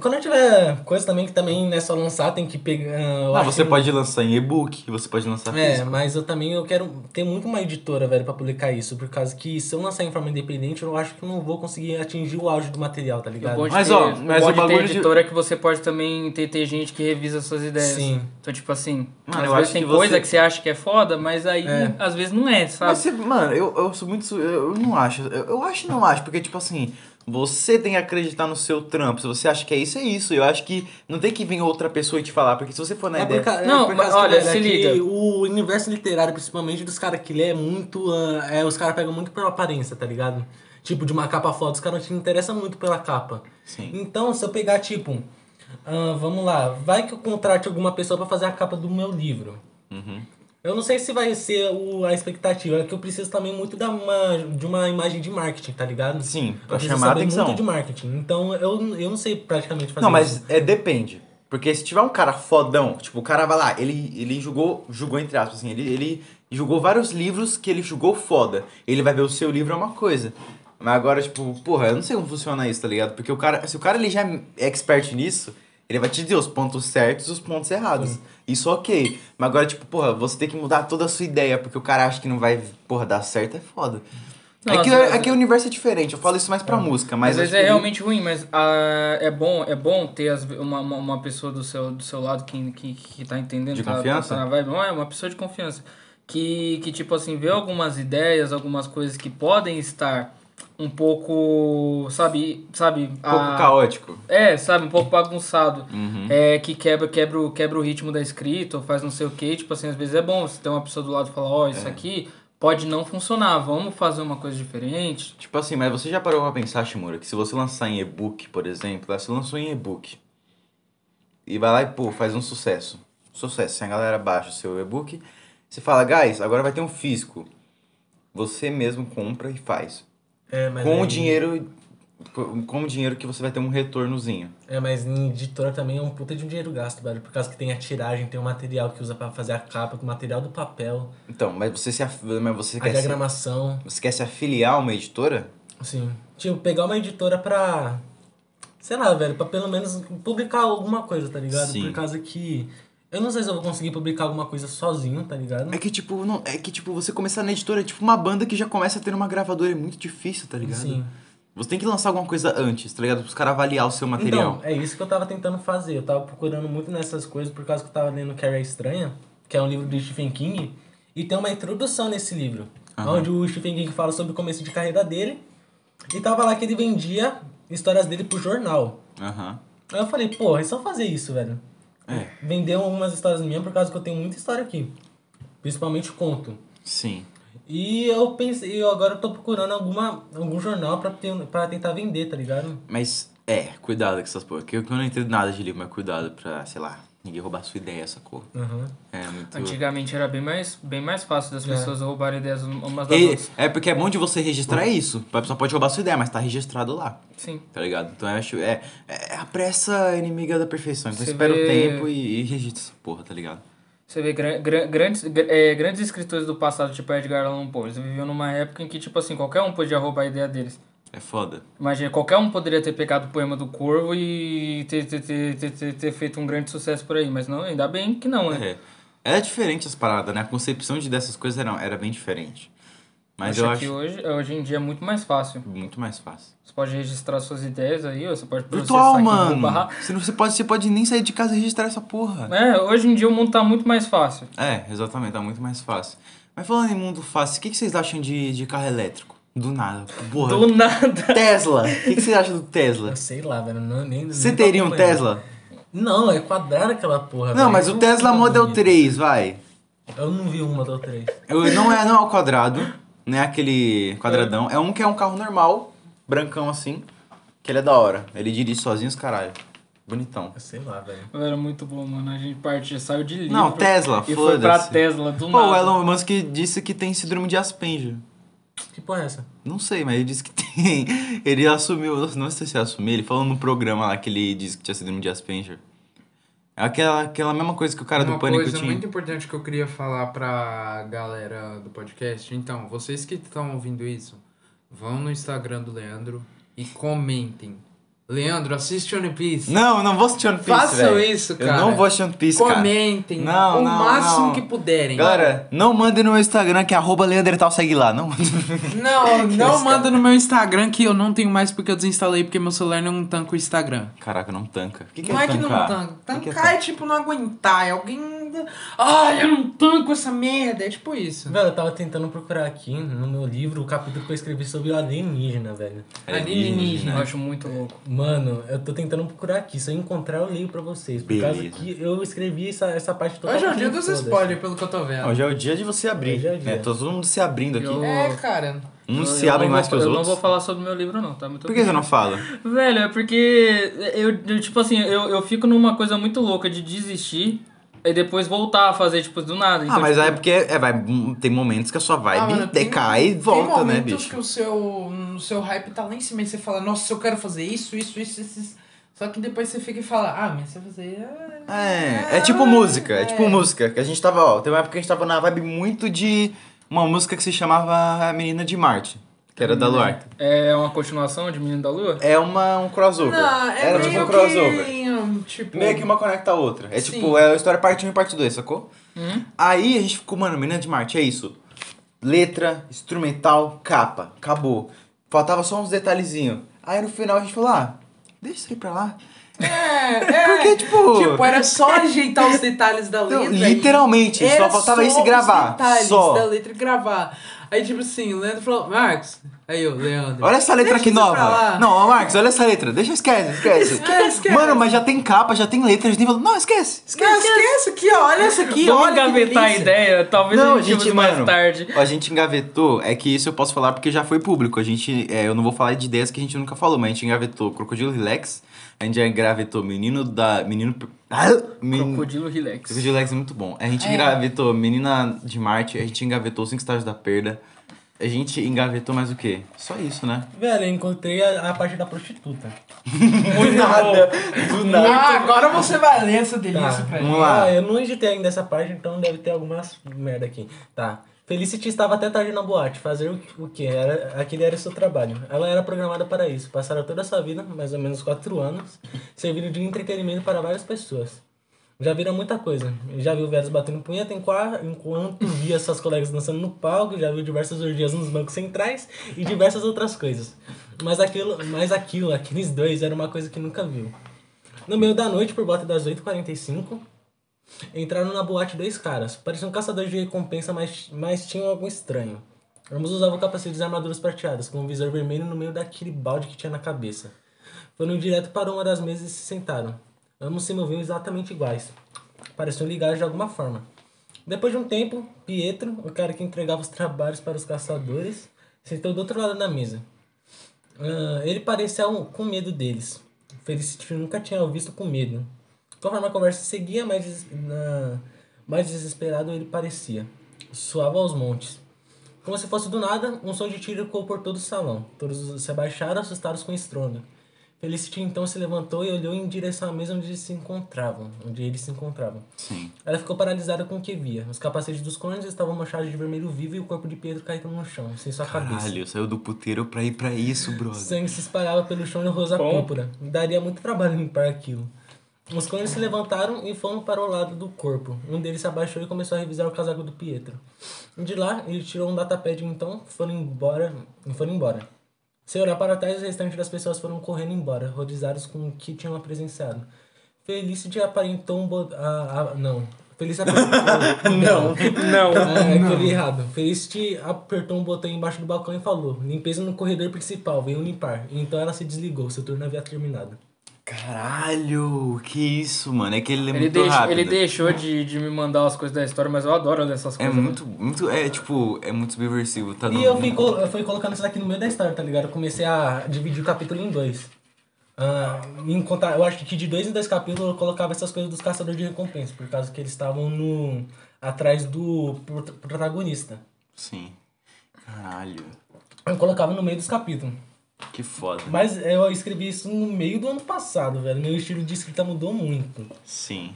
D: quando eu tiver coisa também que também não é só lançar, tem que pegar. eu
A: Ah,
D: acho
A: você
D: que-
A: pode lançar em e-book, você pode lançar
D: É,
A: físico.
D: mas eu também eu quero ter muito uma editora, velho, pra publicar isso. Por causa que se eu lançar em forma independente, eu acho que eu não vou conseguir atingir o auge do material, tá
B: E o
D: ligado?
B: bom de
A: Mas,
B: ter,
A: ó, mas
B: o, bom
A: o
B: de ter
A: bagulho de-
B: editora é que você pode também ter, ter gente que revisa suas ideias.
D: Sim.
B: Então, tipo assim,
A: Mano,
B: às
A: eu
B: vezes
A: acho
B: tem
A: que você-
B: coisa que você acha que é foda, mas aí às vezes não é, sabe?
A: Mas, você- mano, eu, eu sou muito. su- Eu, eu não acho. Eu, eu acho e não acho, porque, tipo assim, você tem que acreditar no seu trampo. Se você acha que é isso, é isso. Eu acho que não tem que vir outra pessoa e te falar, porque se você for na
D: É
A: ideia.
D: por ca- é
B: Não,
D: por
B: mas
D: causa que,
B: olha,
D: velho,
B: se
D: é que
B: liga.
D: O universo literário, principalmente dos caras que lê, é muito. ah, é, os caras pegam muito pela aparência, tá ligado? Tipo, de uma capa foda, os caras não se interessam muito pela capa.
A: Sim.
D: Então, se eu pegar, tipo, ah, vamos lá, vai que eu contrate alguma pessoa pra fazer a capa do meu livro.
A: Uhum.
D: Eu não sei se vai ser o, a expectativa, é que eu preciso também muito da uma, de uma imagem de marketing, tá ligado?
A: Sim, pra
D: eu preciso
A: chamar a
D: saber
A: atenção.
D: muito de marketing. Então, eu, eu não sei praticamente fazer
A: Não,
D: isso.
A: mas é, depende. Porque se tiver um cara fodão, tipo, o cara vai lá, ele, ele julgou, julgou entre aspas, assim, ele, ele julgou vários livros que ele julgou foda. Ele vai ver o seu livro é uma coisa. Mas agora, tipo, porra, eu não sei como funciona isso, tá ligado? Porque o cara, se o cara ele já é expert nisso, ele vai te dizer os pontos certos e os pontos errados. Isso ok. Mas agora, tipo, porra, você tem que mudar toda a sua ideia, porque o cara acha que não vai, porra, dar certo, é foda.
B: Não,
A: é, que,
B: às vezes-
A: é que o universo é diferente, eu falo isso mais pra música, mas.
B: Às vezes
A: acho
B: é
A: que-
B: realmente ruim, mas ah, é, bom, é bom ter as- uma, uma, uma pessoa do seu, do seu lado que, que, que tá entendendo.
A: De
B: tá,
A: confiança?
B: Tá, tá na vibe. Não, é uma pessoa de confiança. Que, que, tipo assim, vê algumas ideias, algumas coisas que podem estar um pouco, sabe, sabe... ah,
A: Um pouco caótico.
B: É, sabe, um pouco bagunçado.
A: Uhum.
B: É, que quebra, quebra, o- quebra o ritmo da escrita, ou faz não sei o que. Tipo assim, às vezes é bom você ter uma pessoa do lado e falar, ó,
A: É.
B: isso aqui pode não funcionar, vamos fazer uma coisa diferente.
A: Tipo assim, mas você já parou pra pensar, Shimura, que se você lançar em e-book, por exemplo, aí você lançou em e-book. E vai lá e, pô, faz um sucesso. Sucesso. Se a galera baixa o seu e-book, você fala, guys, agora vai ter um físico. Você mesmo compra e faz.
D: É, mas
A: com o
D: aí-
A: dinheiro. Com o dinheiro que você vai ter um retornozinho.
D: É, mas em editora também é um puta de um dinheiro gasto, velho. Por causa que tem a tiragem, tem o material que usa pra fazer a capa, o material do papel,
A: Então, mas você se af... mas você
D: a
A: quer se...
D: diagramação.
A: você quer se afiliar a uma editora?
D: Assim, tipo, pegar uma editora pra. Sei lá, velho, pra pelo menos publicar alguma coisa, tá ligado?
A: Sim.
D: Por causa que Eu não sei se eu vou conseguir publicar alguma coisa sozinho, tá ligado?
A: É que, tipo, não, é que, tipo, você começar na editora, é tipo uma banda que já começa a ter uma gravadora, é muito difícil, tá ligado?
D: Sim.
A: Você tem que lançar alguma coisa antes, tá ligado? Pros caras avaliar o seu material.
D: Então, é isso que eu tava tentando fazer. Eu tava procurando muito nessas coisas por causa que eu tava lendo Carrie a Estranha, que é um livro do Stephen King, e tem uma introdução nesse livro,
A: Aham.
D: onde o Stephen King fala sobre o começo de carreira dele, e tava lá que ele vendia histórias dele pro jornal.
B: Então.
A: Aham.
D: Aí eu falei, porra, é só fazer isso, velho.
A: É,
D: Vender algumas histórias minhas por causa que eu tenho muita história aqui, principalmente conto.
A: sim.
D: E eu pensei, eu agora tô procurando alguma, algum jornal pra, ten- pra tentar vender, tá ligado?
A: Mas, é, cuidado com essas porra. Que eu, que eu não entendo nada de livro, mas cuidado pra, sei lá, ninguém roubar sua ideia, sacou?
D: Aham.
A: É muito...
B: Antigamente era bem mais, bem mais fácil das pessoas roubarem ideias um, umas das
A: É. E-
B: outras.
A: é porque é bom de você registrar
B: Hum.
A: isso. A pessoa pode roubar sua ideia, mas tá registrado lá.
B: Sim.
A: Tá ligado? Então eu acho. É, é a pressa é inimiga da perfeição. Então
B: Você
A: espera
B: vê-
A: o tempo e, e registra essa porra, tá ligado?
B: Você vê gran- gran- grandes, gr- eh, grandes escritores do passado, tipo Edgar Allan Poe, eles viviam numa época em que, tipo assim, qualquer um podia roubar a ideia deles.
A: É foda.
B: Imagina, qualquer um poderia ter pegado o poema do Corvo e ter, ter, ter, ter, ter, ter feito um grande sucesso por aí, mas não, ainda bem que não, né?
A: É. Era diferente as paradas, né? A concepção de dessas coisas era, era bem diferente. Mas eu
B: que
A: acho
B: hoje, hoje em dia é muito mais fácil.
A: muito mais fácil.
B: Você pode registrar suas ideias aí, ou você pode processar
A: Virtual,
B: quem
A: mano!
B: roubar.
A: Você, não, você, pode, você pode nem sair de casa e registrar essa porra.
B: É, hoje em dia o mundo tá muito mais fácil.
A: É, exatamente, tá muito mais fácil. Mas falando em mundo fácil, o que, que vocês acham de, de carro elétrico? Do nada. Porra.
B: Do nada.
A: Tesla! O que, que vocês acham do Tesla?
D: Eu sei lá, velho. Não, nem,
A: Você
D: nem
A: teria um
D: acompanhando.
A: Tesla?
D: Não, é quadrada aquela
B: Tá
D: porra.
A: Não,
D: velho.
A: mas o
D: Eu
A: Tesla
D: nunca
A: Model
D: vi.
A: 3, vai.
D: Eu não vi um Model 3.
A: Eu, não, é, não é o quadrado, né? Aquele quadradão. É um que é um carro normal, brancão assim, que ele é da hora. Ele dirige sozinho os caralho. Bonitão.
D: Eu sei lá, velho.
B: Era muito bom, mano. A gente partiu, saiu de livro.
A: Não, Tesla,
B: E foi pra
A: foda-se.
B: Tesla, do
A: Pô,
B: nada.
A: o Elon Musk disse que tem síndrome de Asperger.
D: Que porra é essa?
A: Não sei, mas ele disse que tem. Ele assumiu, não sei se ele assumiu, ele falou no programa lá que ele disse que tinha síndrome de Asperger. É aquela, aquela mesma coisa que o cara
C: Uma
A: do Pânico
C: coisa
A: tinha.
C: muito importante que eu queria falar pra galera do podcast. Então, vocês que estão ouvindo isso, vão no Instagram do Leandro e comentem. Leandro, assiste One Piece.
A: Não, não vou assistir One Piece,
C: Façam
A: velho.
C: isso,
A: Eu
C: cara.
A: não vou assistir One Piece, cara.
C: comentem
A: Não,
C: o
A: não,
C: máximo
A: não.
C: que puderem.
A: Galera, não mandem no meu Instagram que é arroba Leandertal, segue lá. Não
C: Não, não manda no meu Instagram que eu não tenho mais porque eu desinstalei porque meu celular não tanca o Instagram.
A: Caraca, não tanca. O que, que
C: não é que não
A: tancar? O que
C: tanca.
A: que é
C: Tancar é, tipo não aguentar. É alguém. Ai, eu não tanco essa merda. É tipo isso.
D: Velho, eu tava tentando procurar aqui no meu livro o capítulo que eu escrevi sobre o alienígena, velho.
A: Alienígena.
B: é Eu acho muito louco.
D: Mano, eu tô tentando procurar aqui. Se eu encontrar, eu leio pra vocês. Por
A: Beleza.
D: causa que eu escrevi essa, essa parte toda.
C: Hoje é o dia dos spoilers, pelo que eu tô vendo.
A: Hoje é o dia de você abrir.
D: Hoje é o dia.
A: Tá todo mundo se abrindo aqui.
B: Eu-
C: É, cara.
A: Uns
B: Eu-
A: Um se
B: eu
A: abrem
B: não
A: mais que
B: vou-
A: os
B: eu
A: outros.
B: não vou falar sobre o meu livro, não, tá? Muito
A: Por que você não fala?
B: Velho, é porque eu, eu, tipo assim, eu, eu fico numa coisa muito louca de desistir e depois voltar a fazer, tipo, do nada.
A: Ah,
B: Então,
A: mas
B: tipo,
A: é porque é, vai, tem momentos que a sua
C: Ah,
A: vibe
C: mano,
A: decai e volta,
C: tem
A: né,
C: momentos
A: bicho?
C: que o seu, o seu hype tá lá em cima e você fala, nossa, eu quero fazer isso, isso, isso, isso. isso." Só que depois você fica e fala, ah, mas você fazer. ah,
A: É, é tipo música, é tipo música. Que a gente tava, ó, teve uma época que a gente tava na vibe muito de uma música que se chamava A Menina de Marte, que era da Luar.
B: É uma continuação de Menino da Lua?
A: É uma, um crossover.
C: Não, é
A: era
C: meio
A: tipo um crossover.
C: que, um, tipo,
A: Meio que uma conecta a outra. É
C: Sim. Hum.
A: tipo, é a história parte 1 e parte 2, sacou?
B: Uhum.
A: Aí a gente ficou, mano, Menina de Marte, é isso. Letra, instrumental, capa. Acabou. Faltava só uns detalhezinhos. Aí no final a gente falou, ah, deixa isso aí pra lá.
C: É, é.
A: Porque, tipo...
C: Tipo, era só ajeitar os detalhes da
A: não,
C: letra. e-
A: literalmente, só
C: Era
A: faltava isso e
C: os
A: gravar.
C: detalhes
A: Só.
C: da letra e gravar. Aí, tipo assim, o Leandro falou, Marcos. Aí eu, Leandro.
A: Olha essa letra
C: deixa
A: aqui
C: isso pra
A: nova.
C: lá.
A: Não, ó, Marcos, olha essa letra. Deixa, esquece, esquece.
C: Esquece, esquece.
A: Mano, mas já tem capa, já tem letra. A gente nem falou, não, esquece.
C: Não, esquece aqui, ó. Olha essa aqui,
B: Vamos
C: olha que
B: engavetar a
C: delícia.
B: ideia, talvez a gente use mais tarde.
A: A gente engavetou, é que isso eu posso falar porque já foi público. A gente, é, eu não vou falar de ideias que a gente nunca falou, mas a gente engavetou Crocodilo Relax, a gente já engavetou Menino da. Menino. Ah, men-
B: Crocodilo Relax.
A: Crocodilo Relax é muito bom. A gente engavetou Menina de Marte, a gente engavetou Cinco Estágios da Perda. A gente engavetou mais o quê? Só isso, né?
D: Velho, eu encontrei a, a parte da prostituta.
A: Do nada. Do nada.
C: Ah, agora você vai ler essa delícia
D: Tá.
C: pra gente.
A: Vamos lá.
D: Ah, eu não editei ainda essa parte, então deve ter algumas merda aqui. Tá. Felicity estava até tarde na boate, fazer o, o que? Era, aquele era seu trabalho. Ela era programada para isso. Passaram toda a sua vida, mais ou menos 4 anos, servindo de entretenimento para várias pessoas. Já viram muita coisa. Já viu velhos batendo punheta enqua- enquanto via seus colegas dançando no palco, já viu diversas orgias nos bancos centrais e diversas outras coisas. Mas aquilo, mas aquilo, aqueles dois, era uma coisa que nunca viu. No meio da noite, por volta das 8h45, entraram na boate dois caras. Pareciam caçadores de recompensa, mas, mas tinham algo estranho. Ambos usavam capacetes e armaduras prateadas, com um visor vermelho no meio daquele balde que tinha na cabeça. Foram direto para uma das mesas e se sentaram. Ambos se moviam exatamente iguais. Pareciam ligados de alguma forma. Depois de um tempo, Pietro, o cara que entregava os trabalhos para os caçadores, sentou do outro lado da mesa. Ah, ele parecia um- com medo deles. Felicity nunca tinha o visto com medo. Conforme a conversa seguia, mais, des- na- mais desesperado ele parecia. Suava aos montes. Como se fosse do nada, um som de tiro ecoou por todo o salão. Todos se abaixaram, assustados com o estrondo. Felicity então se levantou e olhou em direção à mesa onde eles se encontravam. Onde eles se encontravam.
A: Sim.
D: Ela ficou paralisada com o que via. Os capacetes dos cones estavam manchados de vermelho vivo e o corpo de Pedro caído no chão, sem sua cabeça.
A: Caralho, saiu do puteiro pra ir pra isso, brother.
D: Sangue se espalhava pelo chão e rosa
B: Bom.
D: púrpura. Daria muito trabalho limpar aquilo. Os clones se levantaram e foram para o lado do corpo. Um deles se abaixou e começou a revisar o casaco do Pietro. De lá, ele tirou um datapad então foram embora. E foram embora. Sem olhar para trás, o restante das pessoas foram correndo embora, rodeados com o que tinham apresenciado. Felicity aparentou um bo... ah, ah, não. Felicity aparentou... um não.
B: Não.
D: Ah, é que eu li errado. Felicity apertou um botão embaixo do balcão e falou: limpeza no corredor principal, venham limpar. Então ela se desligou, seu turno havia terminado.
A: Caralho, que isso, mano. É que ele é
B: Ele,
A: muito
B: deixa-
A: rápido.
B: ele deixou de, de me mandar as coisas da história, mas eu adoro ler essas
A: É
B: coisas. tá
A: muito, muito, é tipo, é muito subversivo. Tá
D: E eu fui, col- eu fui colocando isso daqui no meio da história, tá ligado? Eu comecei a dividir o capítulo em dois. Ah, em contar, eu acho que de dois em dois capítulos eu colocava essas coisas dos caçadores de recompensa, por causa que eles estavam no atrás do prota- protagonista.
A: Sim. Caralho,
D: Eu colocava no meio dos capítulos.
A: que foda.
D: Mas eu escrevi isso no meio do ano passado, velho. Meu estilo de escrita mudou muito.
A: Sim.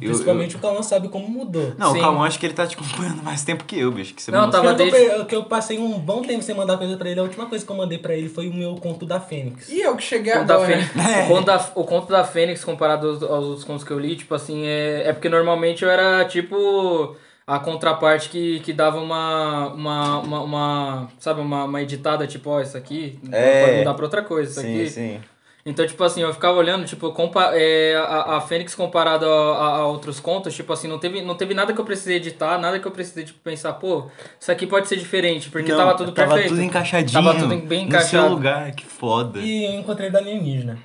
A: Eu-
D: Principalmente
A: eu-
D: o Calma sabe como mudou.
A: Não,
B: Sim.
A: o Calmon acho que ele tá te acompanhando mais tempo que eu, bicho. Que você
B: Não, tá
A: mandou-
B: tava
D: Eu tô
B: desde-
D: per- que eu passei um bom tempo sem mandar coisa pra ele. A última coisa que eu mandei pra ele foi o meu conto da Fênix.
C: E eu que cheguei
B: O conto, da
C: agora.
B: Fênix,
A: né?
B: o, conto
A: É.
B: da, o conto da Fênix comparado aos, aos outros contos que eu li, tipo assim, é, é porque normalmente eu era tipo a contraparte que, que dava uma, uma, uma, uma- sabe, uma, uma editada, tipo, ó, isso aqui
A: É.
B: pode mudar pra outra coisa, isso
A: Sim,
B: aqui.
A: sim.
B: Então, tipo assim, eu ficava olhando, tipo, compa é, a, a Fênix comparado a, a- a outros contos, tipo assim, não teve, não teve nada que eu precisei editar, nada que eu precisei, tipo, pensar, pô, isso aqui pode ser diferente, porque
A: Não,
B: tava tudo
A: tava
B: perfeito.
A: tudo encaixadinho.
B: Tava tudo bem
A: No seu
B: encaixado.
A: lugar, que foda.
D: E eu encontrei da alienígena.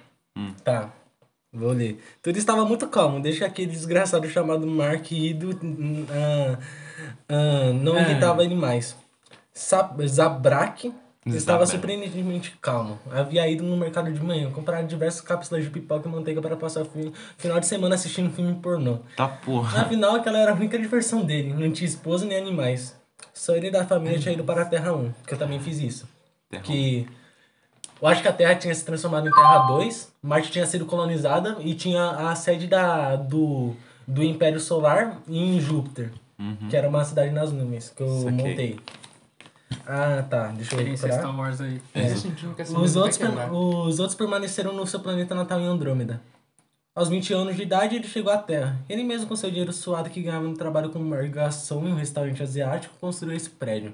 D: Tá. Vou ler. Tudo estava muito calmo, desde que aquele desgraçado chamado Mark Ido ah, ah, não irritava ele mais. Sa- Zabrak estava
A: Zabrak.
D: surpreendentemente calmo. Havia ido no mercado de manhã, comprar diversas cápsulas de pipoca e manteiga para passar o fi- final de semana assistindo filme pornô.
A: Tá porra.
D: Afinal, aquela era a única diversão dele. Não tinha esposa nem animais. Só ele e da família tinha ido para a Terra 1, que eu também fiz isso.
A: Terra
D: Que eu acho que a Terra tinha se transformado em Terra 2, Marte tinha sido colonizada e tinha a sede da, do, do Império Solar em Júpiter, que era uma cidade nas nuvens, que eu
A: Saquei.
D: montei. Ah, tá. Deixa eu
B: Experiência
D: procurar.
B: Star Wars aí.
C: Eu tô sentindo é que essa
D: Os
C: mesa vai
D: outros, per-
C: quebrar.
D: os outros permaneceram no seu planeta natal em Andrômeda. Aos 20 anos de idade, ele chegou à Terra. Ele mesmo, com seu dinheiro suado que ganhava no trabalho como garçom em um restaurante asiático, construiu esse prédio.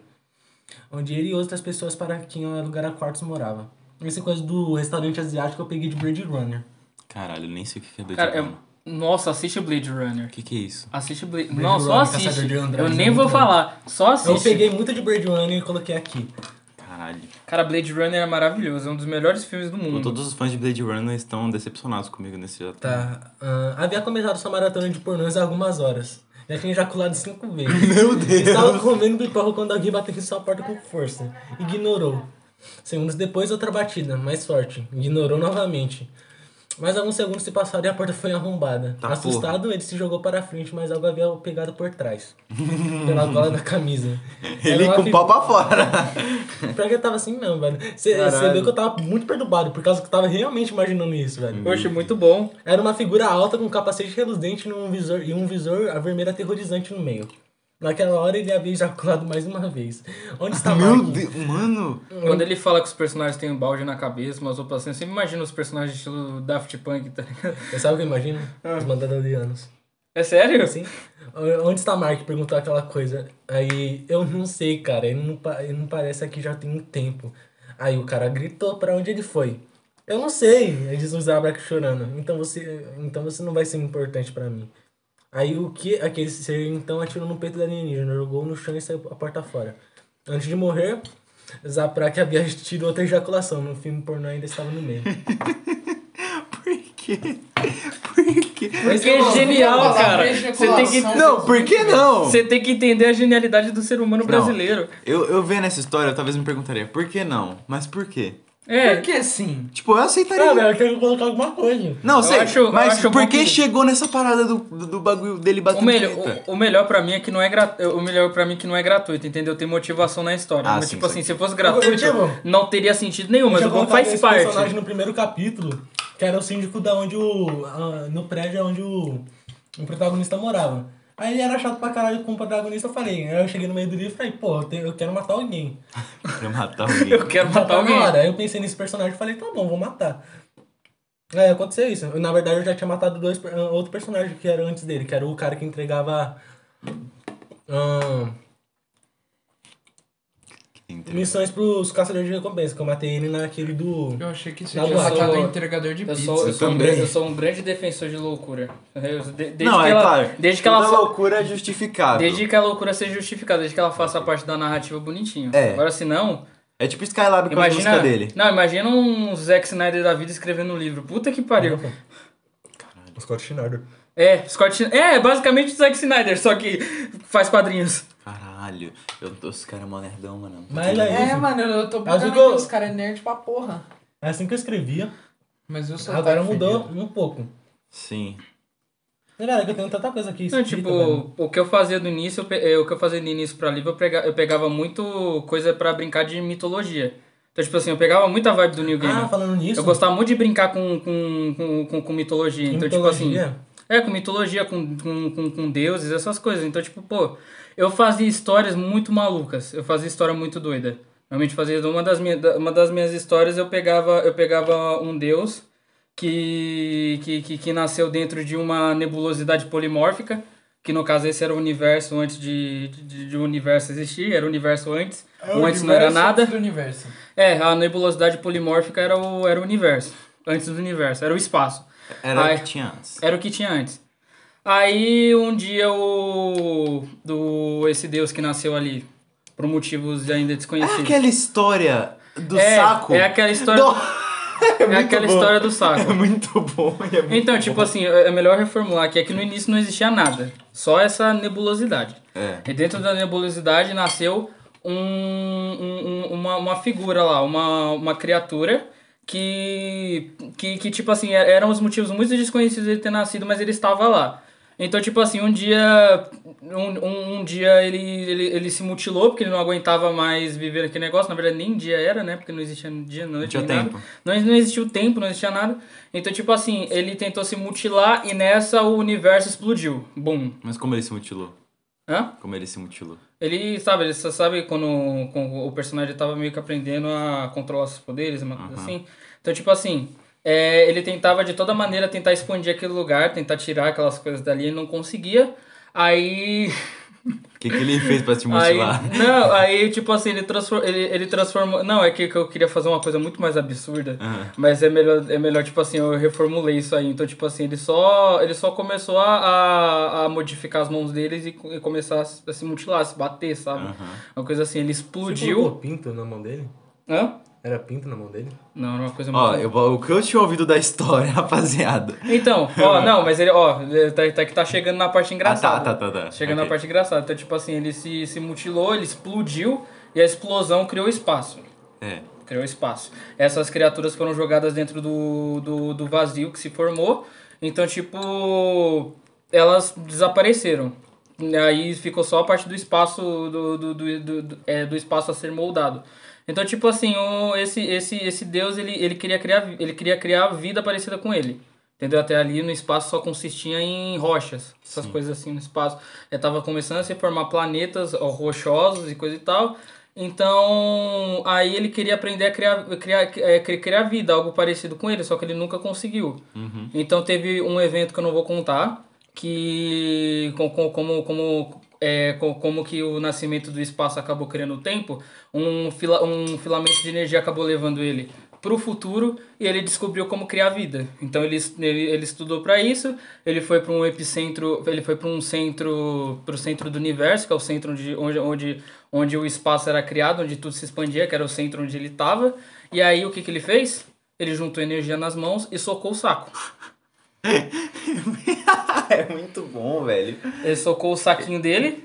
D: Onde ele e outras pessoas para quem alugara quartos morava. Essa coisa do restaurante asiático eu peguei de Blade Runner.
A: Caralho, eu nem sei o que que é do
B: Cara,
A: Cara,
B: eu- nossa, assiste Blade Runner.
A: O que que é isso?
B: Assiste Blade
D: Blade
B: Não, só
D: Runner,
B: assiste.
D: Caçador de Androides
B: Eu
D: é
B: nem
D: muito
B: vou
D: bom.
B: falar. Só
D: Eu
B: assiste.
D: peguei muito de Blade Runner e coloquei aqui.
A: Caralho.
B: Cara, Blade Runner é maravilhoso. É um dos melhores filmes do
A: Pô,
B: mundo.
A: Tipo, Todos os fãs de Blade Runner estão decepcionados comigo nesse ato.
D: Tá. ah, havia começado sua maratona de pornôs há algumas horas. Já tinha ejaculado cinco vezes.
A: Meu Deus!
D: Estava comendo pipoca quando alguém bateu em sua porta com força. Ignorou. Segundos depois, outra batida, mais forte. Ignorou novamente. Mais alguns segundos se passaram e a porta foi arrombada.
A: Tá,
D: Assustado, ele se jogou para frente, mas algo havia o pegado por trás. pela gola da camisa.
A: Ele
D: Era uma
A: com o
D: fi-
A: pau pra fora.
D: Pior que eu tava assim mesmo, velho. Você
A: Caralho.
D: viu que eu tava muito perturbado, por causa que eu tava realmente imaginando isso, velho.
B: Poxa, muito bom.
D: Era uma figura alta com um capacete reluzente num visor, e um visor a vermelho aterrorizante no meio. Naquela hora ele havia ejaculado mais uma vez. Onde
B: Tá
D: está
A: Meu
D: Mark?
A: Deus, mano.
D: Uhum.
B: Quando ele fala que os personagens têm um balde na cabeça, umas roupas assim, eu sempre imagino os personagens estilo Daft Punk, tá ligado?
A: Ah.
D: Sabe o que eu imagino? Os mandadorianos.
B: É sério?
D: Sim. O- Onde está Mark? Perguntou aquela coisa. Aí eu não sei, cara. Ele não, pa- ele não parece aqui já tem um tempo. Aí o cara gritou pra onde ele foi. Eu não sei. Ele disse o Zabrak chorando. Então você, então você não vai ser importante pra mim. Aí o que aquele ser então atirou no peito da alienígena, jogou no chão e saiu a porta fora. Antes de morrer, Zaprak havia tido outra ejaculação. No filme pornô ainda estava no meio.
A: Por quê? Por quê?
B: Porque é genial, cara. Você tem que,
A: Não, por que não?
B: você tem que entender a genialidade do ser humano brasileiro.
A: Eu, eu vendo essa história, eu talvez me perguntaria, por que não? Mas por quê?
B: É.
C: Por que sim?
A: Tipo, eu
D: Não,
A: aceitaria.
D: velho, eu tenho que colocar alguma coisa.
A: Não,
B: Eu
A: sei,
B: acho- eu
A: mas
B: acho um
A: por
B: bom
A: que
B: que-
A: chegou nessa parada do, do, do bagulho dele
B: O
A: batendo
B: melhor,
A: punheta?
B: o, o melhor para mim é que não é gra- o melhor para mim é que não é gratuito, entendeu? Tem motivação na história.
A: Ah,
B: Mas,
A: sim,
B: tipo
A: sim.
B: assim, se fosse gratuito,
D: Motivo?
B: não teria sentido nenhum, mas
D: Deixa
B: o
D: eu
B: bom
D: contar
B: faz
D: desse
B: parte.
D: personagem no primeiro capítulo, que era o síndico da onde o. a- no prédio onde o, o protagonista morava. Aí ele era chato pra caralho com o protagonista, eu falei. Aí eu cheguei no meio do livro e falei, pô, eu, te- eu quero matar alguém.
A: Pra matar alguém.
B: Eu quero
D: Já
B: matar
D: tá na
B: alguém.
D: hora. Aí eu pensei nesse personagem e falei, tá bom, vou matar. Aí aconteceu isso. Eu, na verdade eu já tinha matado dois, per- ah, outro personagem que era antes dele, que era o cara que entregava. ah,
A: Entendeu?
D: missões pros caçadores de recompensa, que eu matei ele naquele do.
C: Eu achei que você
B: Tá
D: Não,
C: tinha
D: eu
C: matado
B: sou-
C: o entregador de
B: Eu
C: pizza.
B: sou, eu,
A: eu
B: sou um
A: também.
B: grande, eu sou um grande defensor de loucura. Eu- de- desde
A: não,
B: que
A: é
B: ela,
A: claro.
B: desde que ela
A: toda
B: fa-
A: loucura é justificável.
B: desde que a loucura seja justificada, desde que ela faça parte da narrativa bonitinho.
A: É.
B: Agora se não,
A: É tipo Skylab com
B: imagina,
A: a música dele.
B: não, imagina um Zack Snyder da vida escrevendo um livro. Puta que pariu.
D: Scott Schneider.
B: É, Scott, Schne- é, basicamente o Zack Snyder, só que faz quadrinhos.
A: Caralho, eu tô, os caras é mó nerdão, mano.
D: Mas
A: Puta
D: aí-
C: É, mano, eu tô
D: Mas o
C: pagando
D: que eu-
C: pelos caras nerd pra porra.
D: É assim que eu escrevia.
C: Mas eu sou
D: Agora
C: otário
D: mudou
C: fedido.
D: um pouco.
A: Sim.
D: Galera, que eu tenho tanta coisa aqui.
B: Não,
D: escrita,
B: tipo,
D: velho.
B: o que eu fazia no início, eu pe- eh, o que eu fazia no início pra livro, eu pega- eu pegava muito coisa pra brincar de mitologia. Então, tipo assim, eu pegava muita vibe do New Game.
D: Ah, falando nisso.
B: eu gostava muito de brincar com, com, com, com, com mitologia.
D: em
B: Então, tipo assim.
D: mitologia,
B: É, com mitologia, com, com, com, com deuses, essas coisas. Então, tipo, pô, eu fazia histórias muito malucas. Eu fazia história muito doida. Realmente fazia uma das, minha, da- uma das minhas histórias, eu pegava, eu pegava um deus que, que, que, que nasceu dentro de uma nebulosidade polimórfica, que no caso esse era o universo antes de, de, de o universo existir, era o universo antes,
C: É
B: o
C: o
B: antes não era
C: universo
B: nada.
C: do universo.
B: É, a nebulosidade polimórfica era o, era o universo, antes do universo, era o espaço.
A: Era
B: Ai. É
A: o que tinha antes.
B: Era o que tinha antes. Aí um dia o. Do, esse deus que nasceu ali, por motivos ainda
A: É
B: desconhecidos.
A: aquela história do
B: É,
A: saco.
B: é aquela história-
A: Do- é
B: é
A: muito
B: aquela
A: bom.
B: história do saco.
A: É muito bom. e É muito
B: Então,
A: bom.
B: tipo assim, é é melhor reformular aqui, é que no início não existia nada. Só essa nebulosidade.
A: É.
B: E dentro da nebulosidade nasceu um, um- um- uma, uma figura lá, uma, uma criatura que, que, que, tipo assim, er- eram os motivos muito desconhecidos dele ter nascido, mas ele estava lá. Então, tipo assim, um dia. Um, um, um dia ele, ele, ele se mutilou porque ele não aguentava mais viver aquele negócio. Na verdade, nem dia era, né? Porque não existia dia, noite,
A: tinha
B: nem
A: tempo.
B: Nada. Não, não existia o tempo, não existia nada. Então, tipo assim, ele tentou se mutilar e nessa o universo explodiu. Bum.
A: Mas como ele se mutilou?
B: Hã?
A: Como ele se mutilou?
B: Ele sabe, ele só sabe quando, quando o personagem tava meio que aprendendo a controlar seus poderes, uma coisa assim. Então, tipo assim, é, ele tentava de toda maneira tentar expandir aquele lugar, tentar tirar aquelas coisas dali, ele não conseguia. Aí.
A: O que, que ele fez pra se
B: aí
A: mutilar?
B: não, aí, tipo assim, ele, transfor, ele, ele transformou. Não, é que, que eu queria fazer uma coisa muito mais absurda.
A: Aham.
B: Mas é melhor, é melhor, tipo assim, eu reformulei isso aí. Então, tipo assim, ele só, ele só começou a, a, a modificar as mãos deles e, co- e começar a se, a se mutilar, a se bater, sabe?
A: Aham.
B: Uma coisa assim, ele
D: você
B: explodiu.
D: colocou pinto na mão dele?
B: Hã?
D: Era pinto na mão dele?
B: Não, era uma coisa
A: Ó,
B: muito.
A: eu, o que eu tinha ouvido da história, rapaziada. Ah,
B: Então, ó, não, mas ele, ó, ele tá, tá, que tá chegando na parte
A: Ah,
B: engraçada.
A: tá, tá, tá, tá.
B: Chegando
A: Ok.
B: na parte engraçada. Então, tipo assim, ele se, se mutilou, ele explodiu e a explosão criou espaço.
A: É.
B: Criou espaço. Essas criaturas foram jogadas dentro do, do, do vazio que se formou. Então, tipo, elas desapareceram. E Aí ficou só a parte do espaço do, do, do, do, do- é, do espaço a ser moldado. Então, tipo assim, o, esse, esse, esse deus ele, ele, queria criar, ele queria criar vida parecida com ele. Entendeu? Até ali no espaço só consistia em rochas, essas coisas assim no espaço. É, tava começando a se formar planetas ó, rochosos e coisa e tal. Então, aí ele queria aprender a criar, criar, é, cri- criar vida, algo parecido com ele, só que ele nunca conseguiu. Então teve um evento que eu não vou contar, que com- com- como, como, é, co- como que o nascimento do espaço acabou criando o tempo, um, fila, um filamento de energia acabou levando ele para o futuro e ele descobriu como criar vida. Então ele, es- ele, ele estudou para isso, ele foi para um epicentro, ele foi para um centro, para o centro do universo, que é o centro onde, onde, onde, onde o espaço era criado, onde tudo se expandia, que era o centro onde ele estava. E aí o que, que ele fez? Ele juntou energia nas mãos e socou o saco.
A: é muito bom, velho.
B: Ele socou o saquinho dele.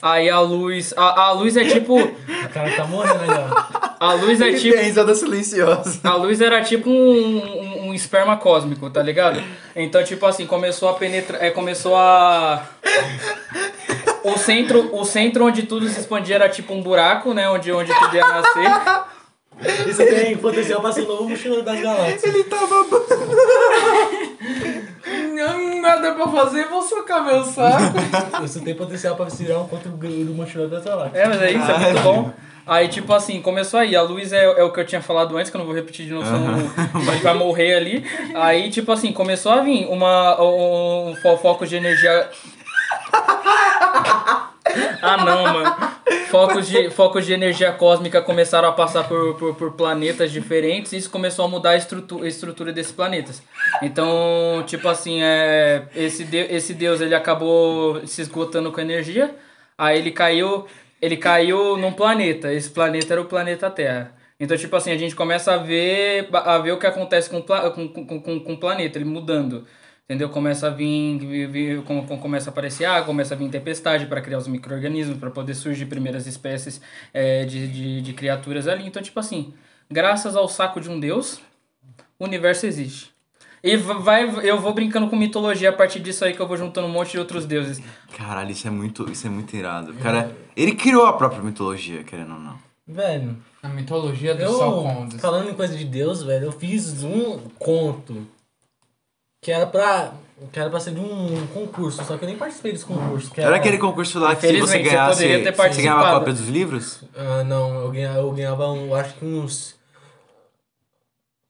B: Aí a luz. A, a luz é tipo.
D: O cara tá morrendo ali, ó.
B: A luz é
A: Ele tem a
B: tipo.
A: risada silenciosa.
B: A luz era tipo um, um, um esperma cósmico, tá ligado? Então, tipo assim, começou a penetrar. É, começou a. O centro, o centro onde tudo se expandia era tipo um buraco, né? Onde, onde tudo ia nascer.
D: Isso tem potencial pra ser o novo mochileiro das galáxias.
A: Ele tava
C: Não, nada pra fazer, vou socar meu saco.
D: Isso tem potencial pra virar um contra o do mochileiro das galáxias.
B: É, mas é isso, é muito bom. Aí, tipo assim, começou aí. A luz é, é o que eu tinha falado antes, que eu não vou repetir de novo, senão a gente vai morrer ali. Aí, tipo assim, começou a vir uma, um, um fo- foco de energia. Ah, não, mano. Focos de, focos de energia cósmica começaram a passar por, por, por planetas diferentes e isso começou a mudar a estrutura, a estrutura desses planetas. Então, tipo assim, é, esse, de, esse deus ele acabou se esgotando com energia, aí ele caiu, ele caiu num planeta. Esse planeta era o planeta Terra. Então, tipo assim, a gente começa a ver, a ver o que acontece com, o pla- com, com, com, com o planeta, ele mudando. Entendeu? Começa a vir, vir- vir- com- com- começa a aparecer água, começa a vir tempestade para criar os micro-organismos, para poder surgir primeiras espécies eh, de, de, de criaturas ali. Então, tipo assim, graças ao saco de um deus, o universo existe. E va- vai, eu vou brincando com mitologia a partir disso aí que eu vou juntando um monte de outros deuses.
A: Caralho, isso é muito, isso é muito irado. O Cara, ele criou a própria mitologia, querendo ou não.
D: Velho,
C: A mitologia dos
D: eu,
C: Salcondes.
D: falando em coisa de Deus, velho, eu fiz um conto que era pra, que era pra ser de um concurso, só que eu nem participei desse concurso. Que é um
A: Era aquele concurso lá que se você
B: Infelizmente, você
A: ganhasse,
B: poderia ter
A: você ganhava
B: participado.
A: cópia dos livros?
D: Ah, não, eu ganhava, eu ganhava um, eu acho que uns.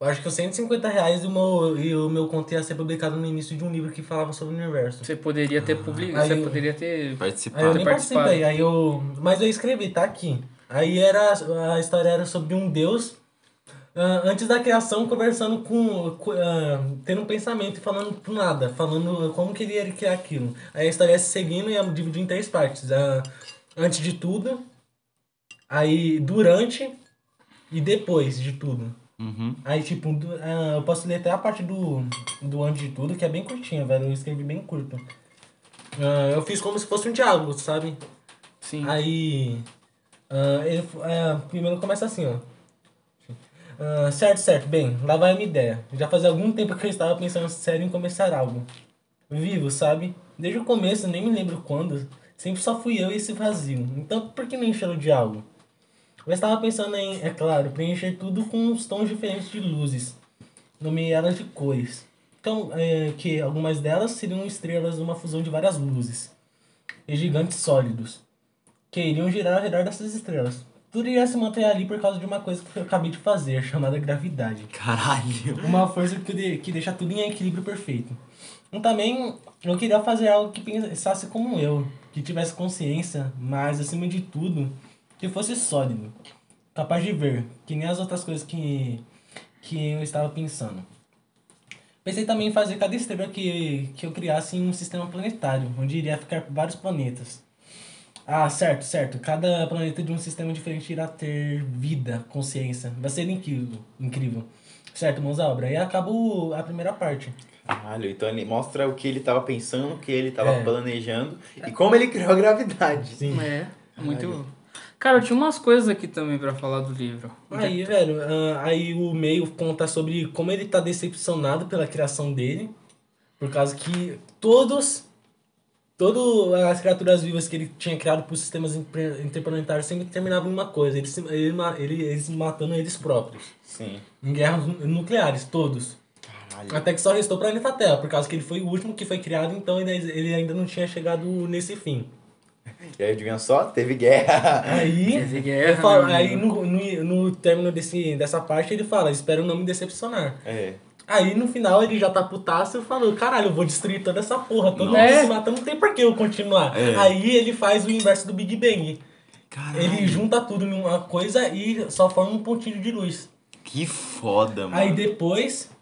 D: eu Acho que uns 150 reais e o meu, e o meu conto ia ser publicado no início de um livro que falava sobre o universo.
B: Você poderia ter publicado,
D: Aí
B: você
D: eu-
B: poderia ter...
D: Aí eu
A: Participado.
D: nem
B: participado.
D: participei, aí eu. Mas eu escrevi, tá aqui. Aí era. A história era sobre um deus. ah, antes da criação, conversando com. com, ah, tendo um pensamento e falando pro nada, falando como que ele ia criar aquilo. Aí a história ia se seguindo e ia dividir em três partes. ah, antes de tudo, aí durante e depois de tudo.
A: Uhum.
D: Aí, tipo, do- ah, eu posso ler até a parte do, do ano de tudo, que é bem curtinha, velho. Eu escrevi bem curto. Ah, eu fiz como se fosse um diálogo, sabe?
B: Sim.
D: Aí. ah, ele, f- ah, primeiro começa assim, ó. Ah, certo, certo, bem, lá vai a minha ideia. Já fazia algum tempo que eu estava pensando sério em começar algo. Vivo, sabe? Desde o começo, nem me lembro quando. Sempre só fui eu e esse vazio. Então por que não enchê-lo de algo? Eu estava pensando em, é claro, preencher tudo com uns tons diferentes de luzes. Nomeá-las de cores. Então, é, que algumas delas seriam estrelas numa fusão de várias luzes. E gigantes sólidos que iriam girar ao redor dessas estrelas. Tudo iria se manter ali por causa de uma coisa que eu acabei de fazer, chamada gravidade.
A: Caralho.
D: Uma força que, de- que deixa tudo em equilíbrio perfeito. E também eu queria fazer algo que pensasse como eu, que tivesse consciência, mas acima de tudo, que fosse sólido, capaz de ver, que nem as outras coisas que, que eu estava pensando. Pensei também em fazer cada estrela que, que eu criasse em um sistema planetário, onde iria ficar vários planetas. Ah, certo, certo. Cada planeta de um sistema diferente irá ter vida, consciência. Vai ser incrível. incrível. Certo, mãos à obra. E acaba o- a primeira parte.
A: Caralho, então ele mostra o que ele tava pensando, o que ele tava
D: É.
A: planejando e como ele criou a gravidade. Sim.
B: É, muito... Cara, eu tinha umas coisas aqui também pra falar do livro.
D: Aí, velho, ah, aí o meio conta sobre como ele tá decepcionado pela criação dele. Por causa que todos. Todas as criaturas vivas que ele tinha criado por sistemas inter- interplanetários sempre terminavam em uma coisa: eles, se- ele, ma- ele, eles matando eles próprios.
A: Sim.
D: Em guerras nu- nucleares, todos.
A: Caralho.
D: Até que só restou o planeta Terra, por causa que ele foi o último que foi criado, então ele- ele ainda não tinha chegado nesse fim.
A: E aí, adivinha só? Teve guerra.
D: Aí,
B: Teve
A: é
B: guerra,
D: ele
A: né?
D: fala,
B: meu
D: aí no, no, no término desse, dessa parte ele fala, espero não me decepcionar.
A: É.
D: Aí no final ele já tá putaço e falou: caralho, eu vou destruir toda essa porra, todo mundo
B: É.
D: se matando, não tem por que eu continuar.
A: É.
D: Aí ele faz o inverso do Big Bang.
A: Caralho,
D: Ele junta tudo em uma coisa e só forma um pontinho de luz.
A: que foda, mano.
D: Aí depois.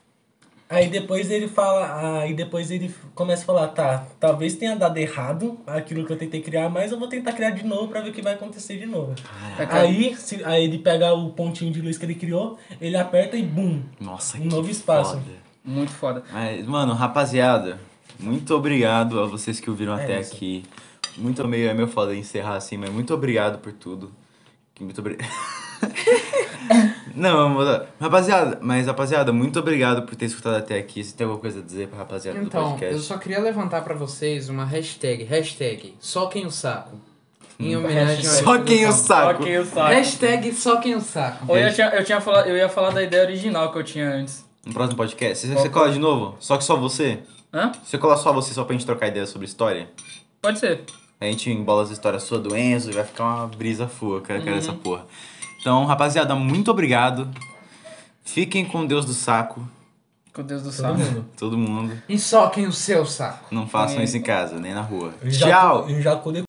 D: Aí depois ele fala. Aí depois ele começa a falar, tá, talvez tenha dado errado aquilo que eu tentei criar, mas eu vou tentar criar de novo pra ver o que vai acontecer de novo.
B: É, cara.
D: Aí, se- aí ele pega o pontinho de luz que ele criou, ele aperta e bum!
A: Nossa, que
D: Um novo espaço.
A: foda.
B: Muito foda.
A: Mas, mano, rapaziada, muito obrigado a vocês que ouviram
D: É
A: até
D: isso.
A: aqui. Muito meio é meu foda encerrar assim, mas muito obrigado por tudo. Que Muito obrigado. Não, vamos lá. rapaziada, mas rapaziada, muito obrigado por ter escutado até aqui. Se tem alguma coisa a dizer pra rapaziada do
C: Então, eu
A: podcast.
C: só queria levantar pra vocês uma hashtag, hashtag, só quem o saco. Em homenagem ao
A: Hum. Só quem o
C: Edson
A: saco.
B: Ok, o saco.
C: Gonçalves. Hashtag só quem o saco.
B: Ou eu, tinha, eu, tinha falado, eu ia falar da ideia original que eu tinha antes.
A: No próximo podcast, você, você cola de novo? Só que só você?
B: Hã?
A: Você cola só você só pra gente trocar ideia sobre história?
B: Pode ser.
A: A gente embola as histórias sua do Enzo e vai ficar uma brisa fua, cara, cara essa porra. Então, rapaziada, muito obrigado. Fiquem com Deus do saco,
B: Com Deus do céu.
D: Todo mundo.
A: todo mundo.
C: E só quem o seu saco.
A: Não façam
B: É.
A: isso em casa, nem na rua.
D: E já-
A: Tchau!
D: E já colhe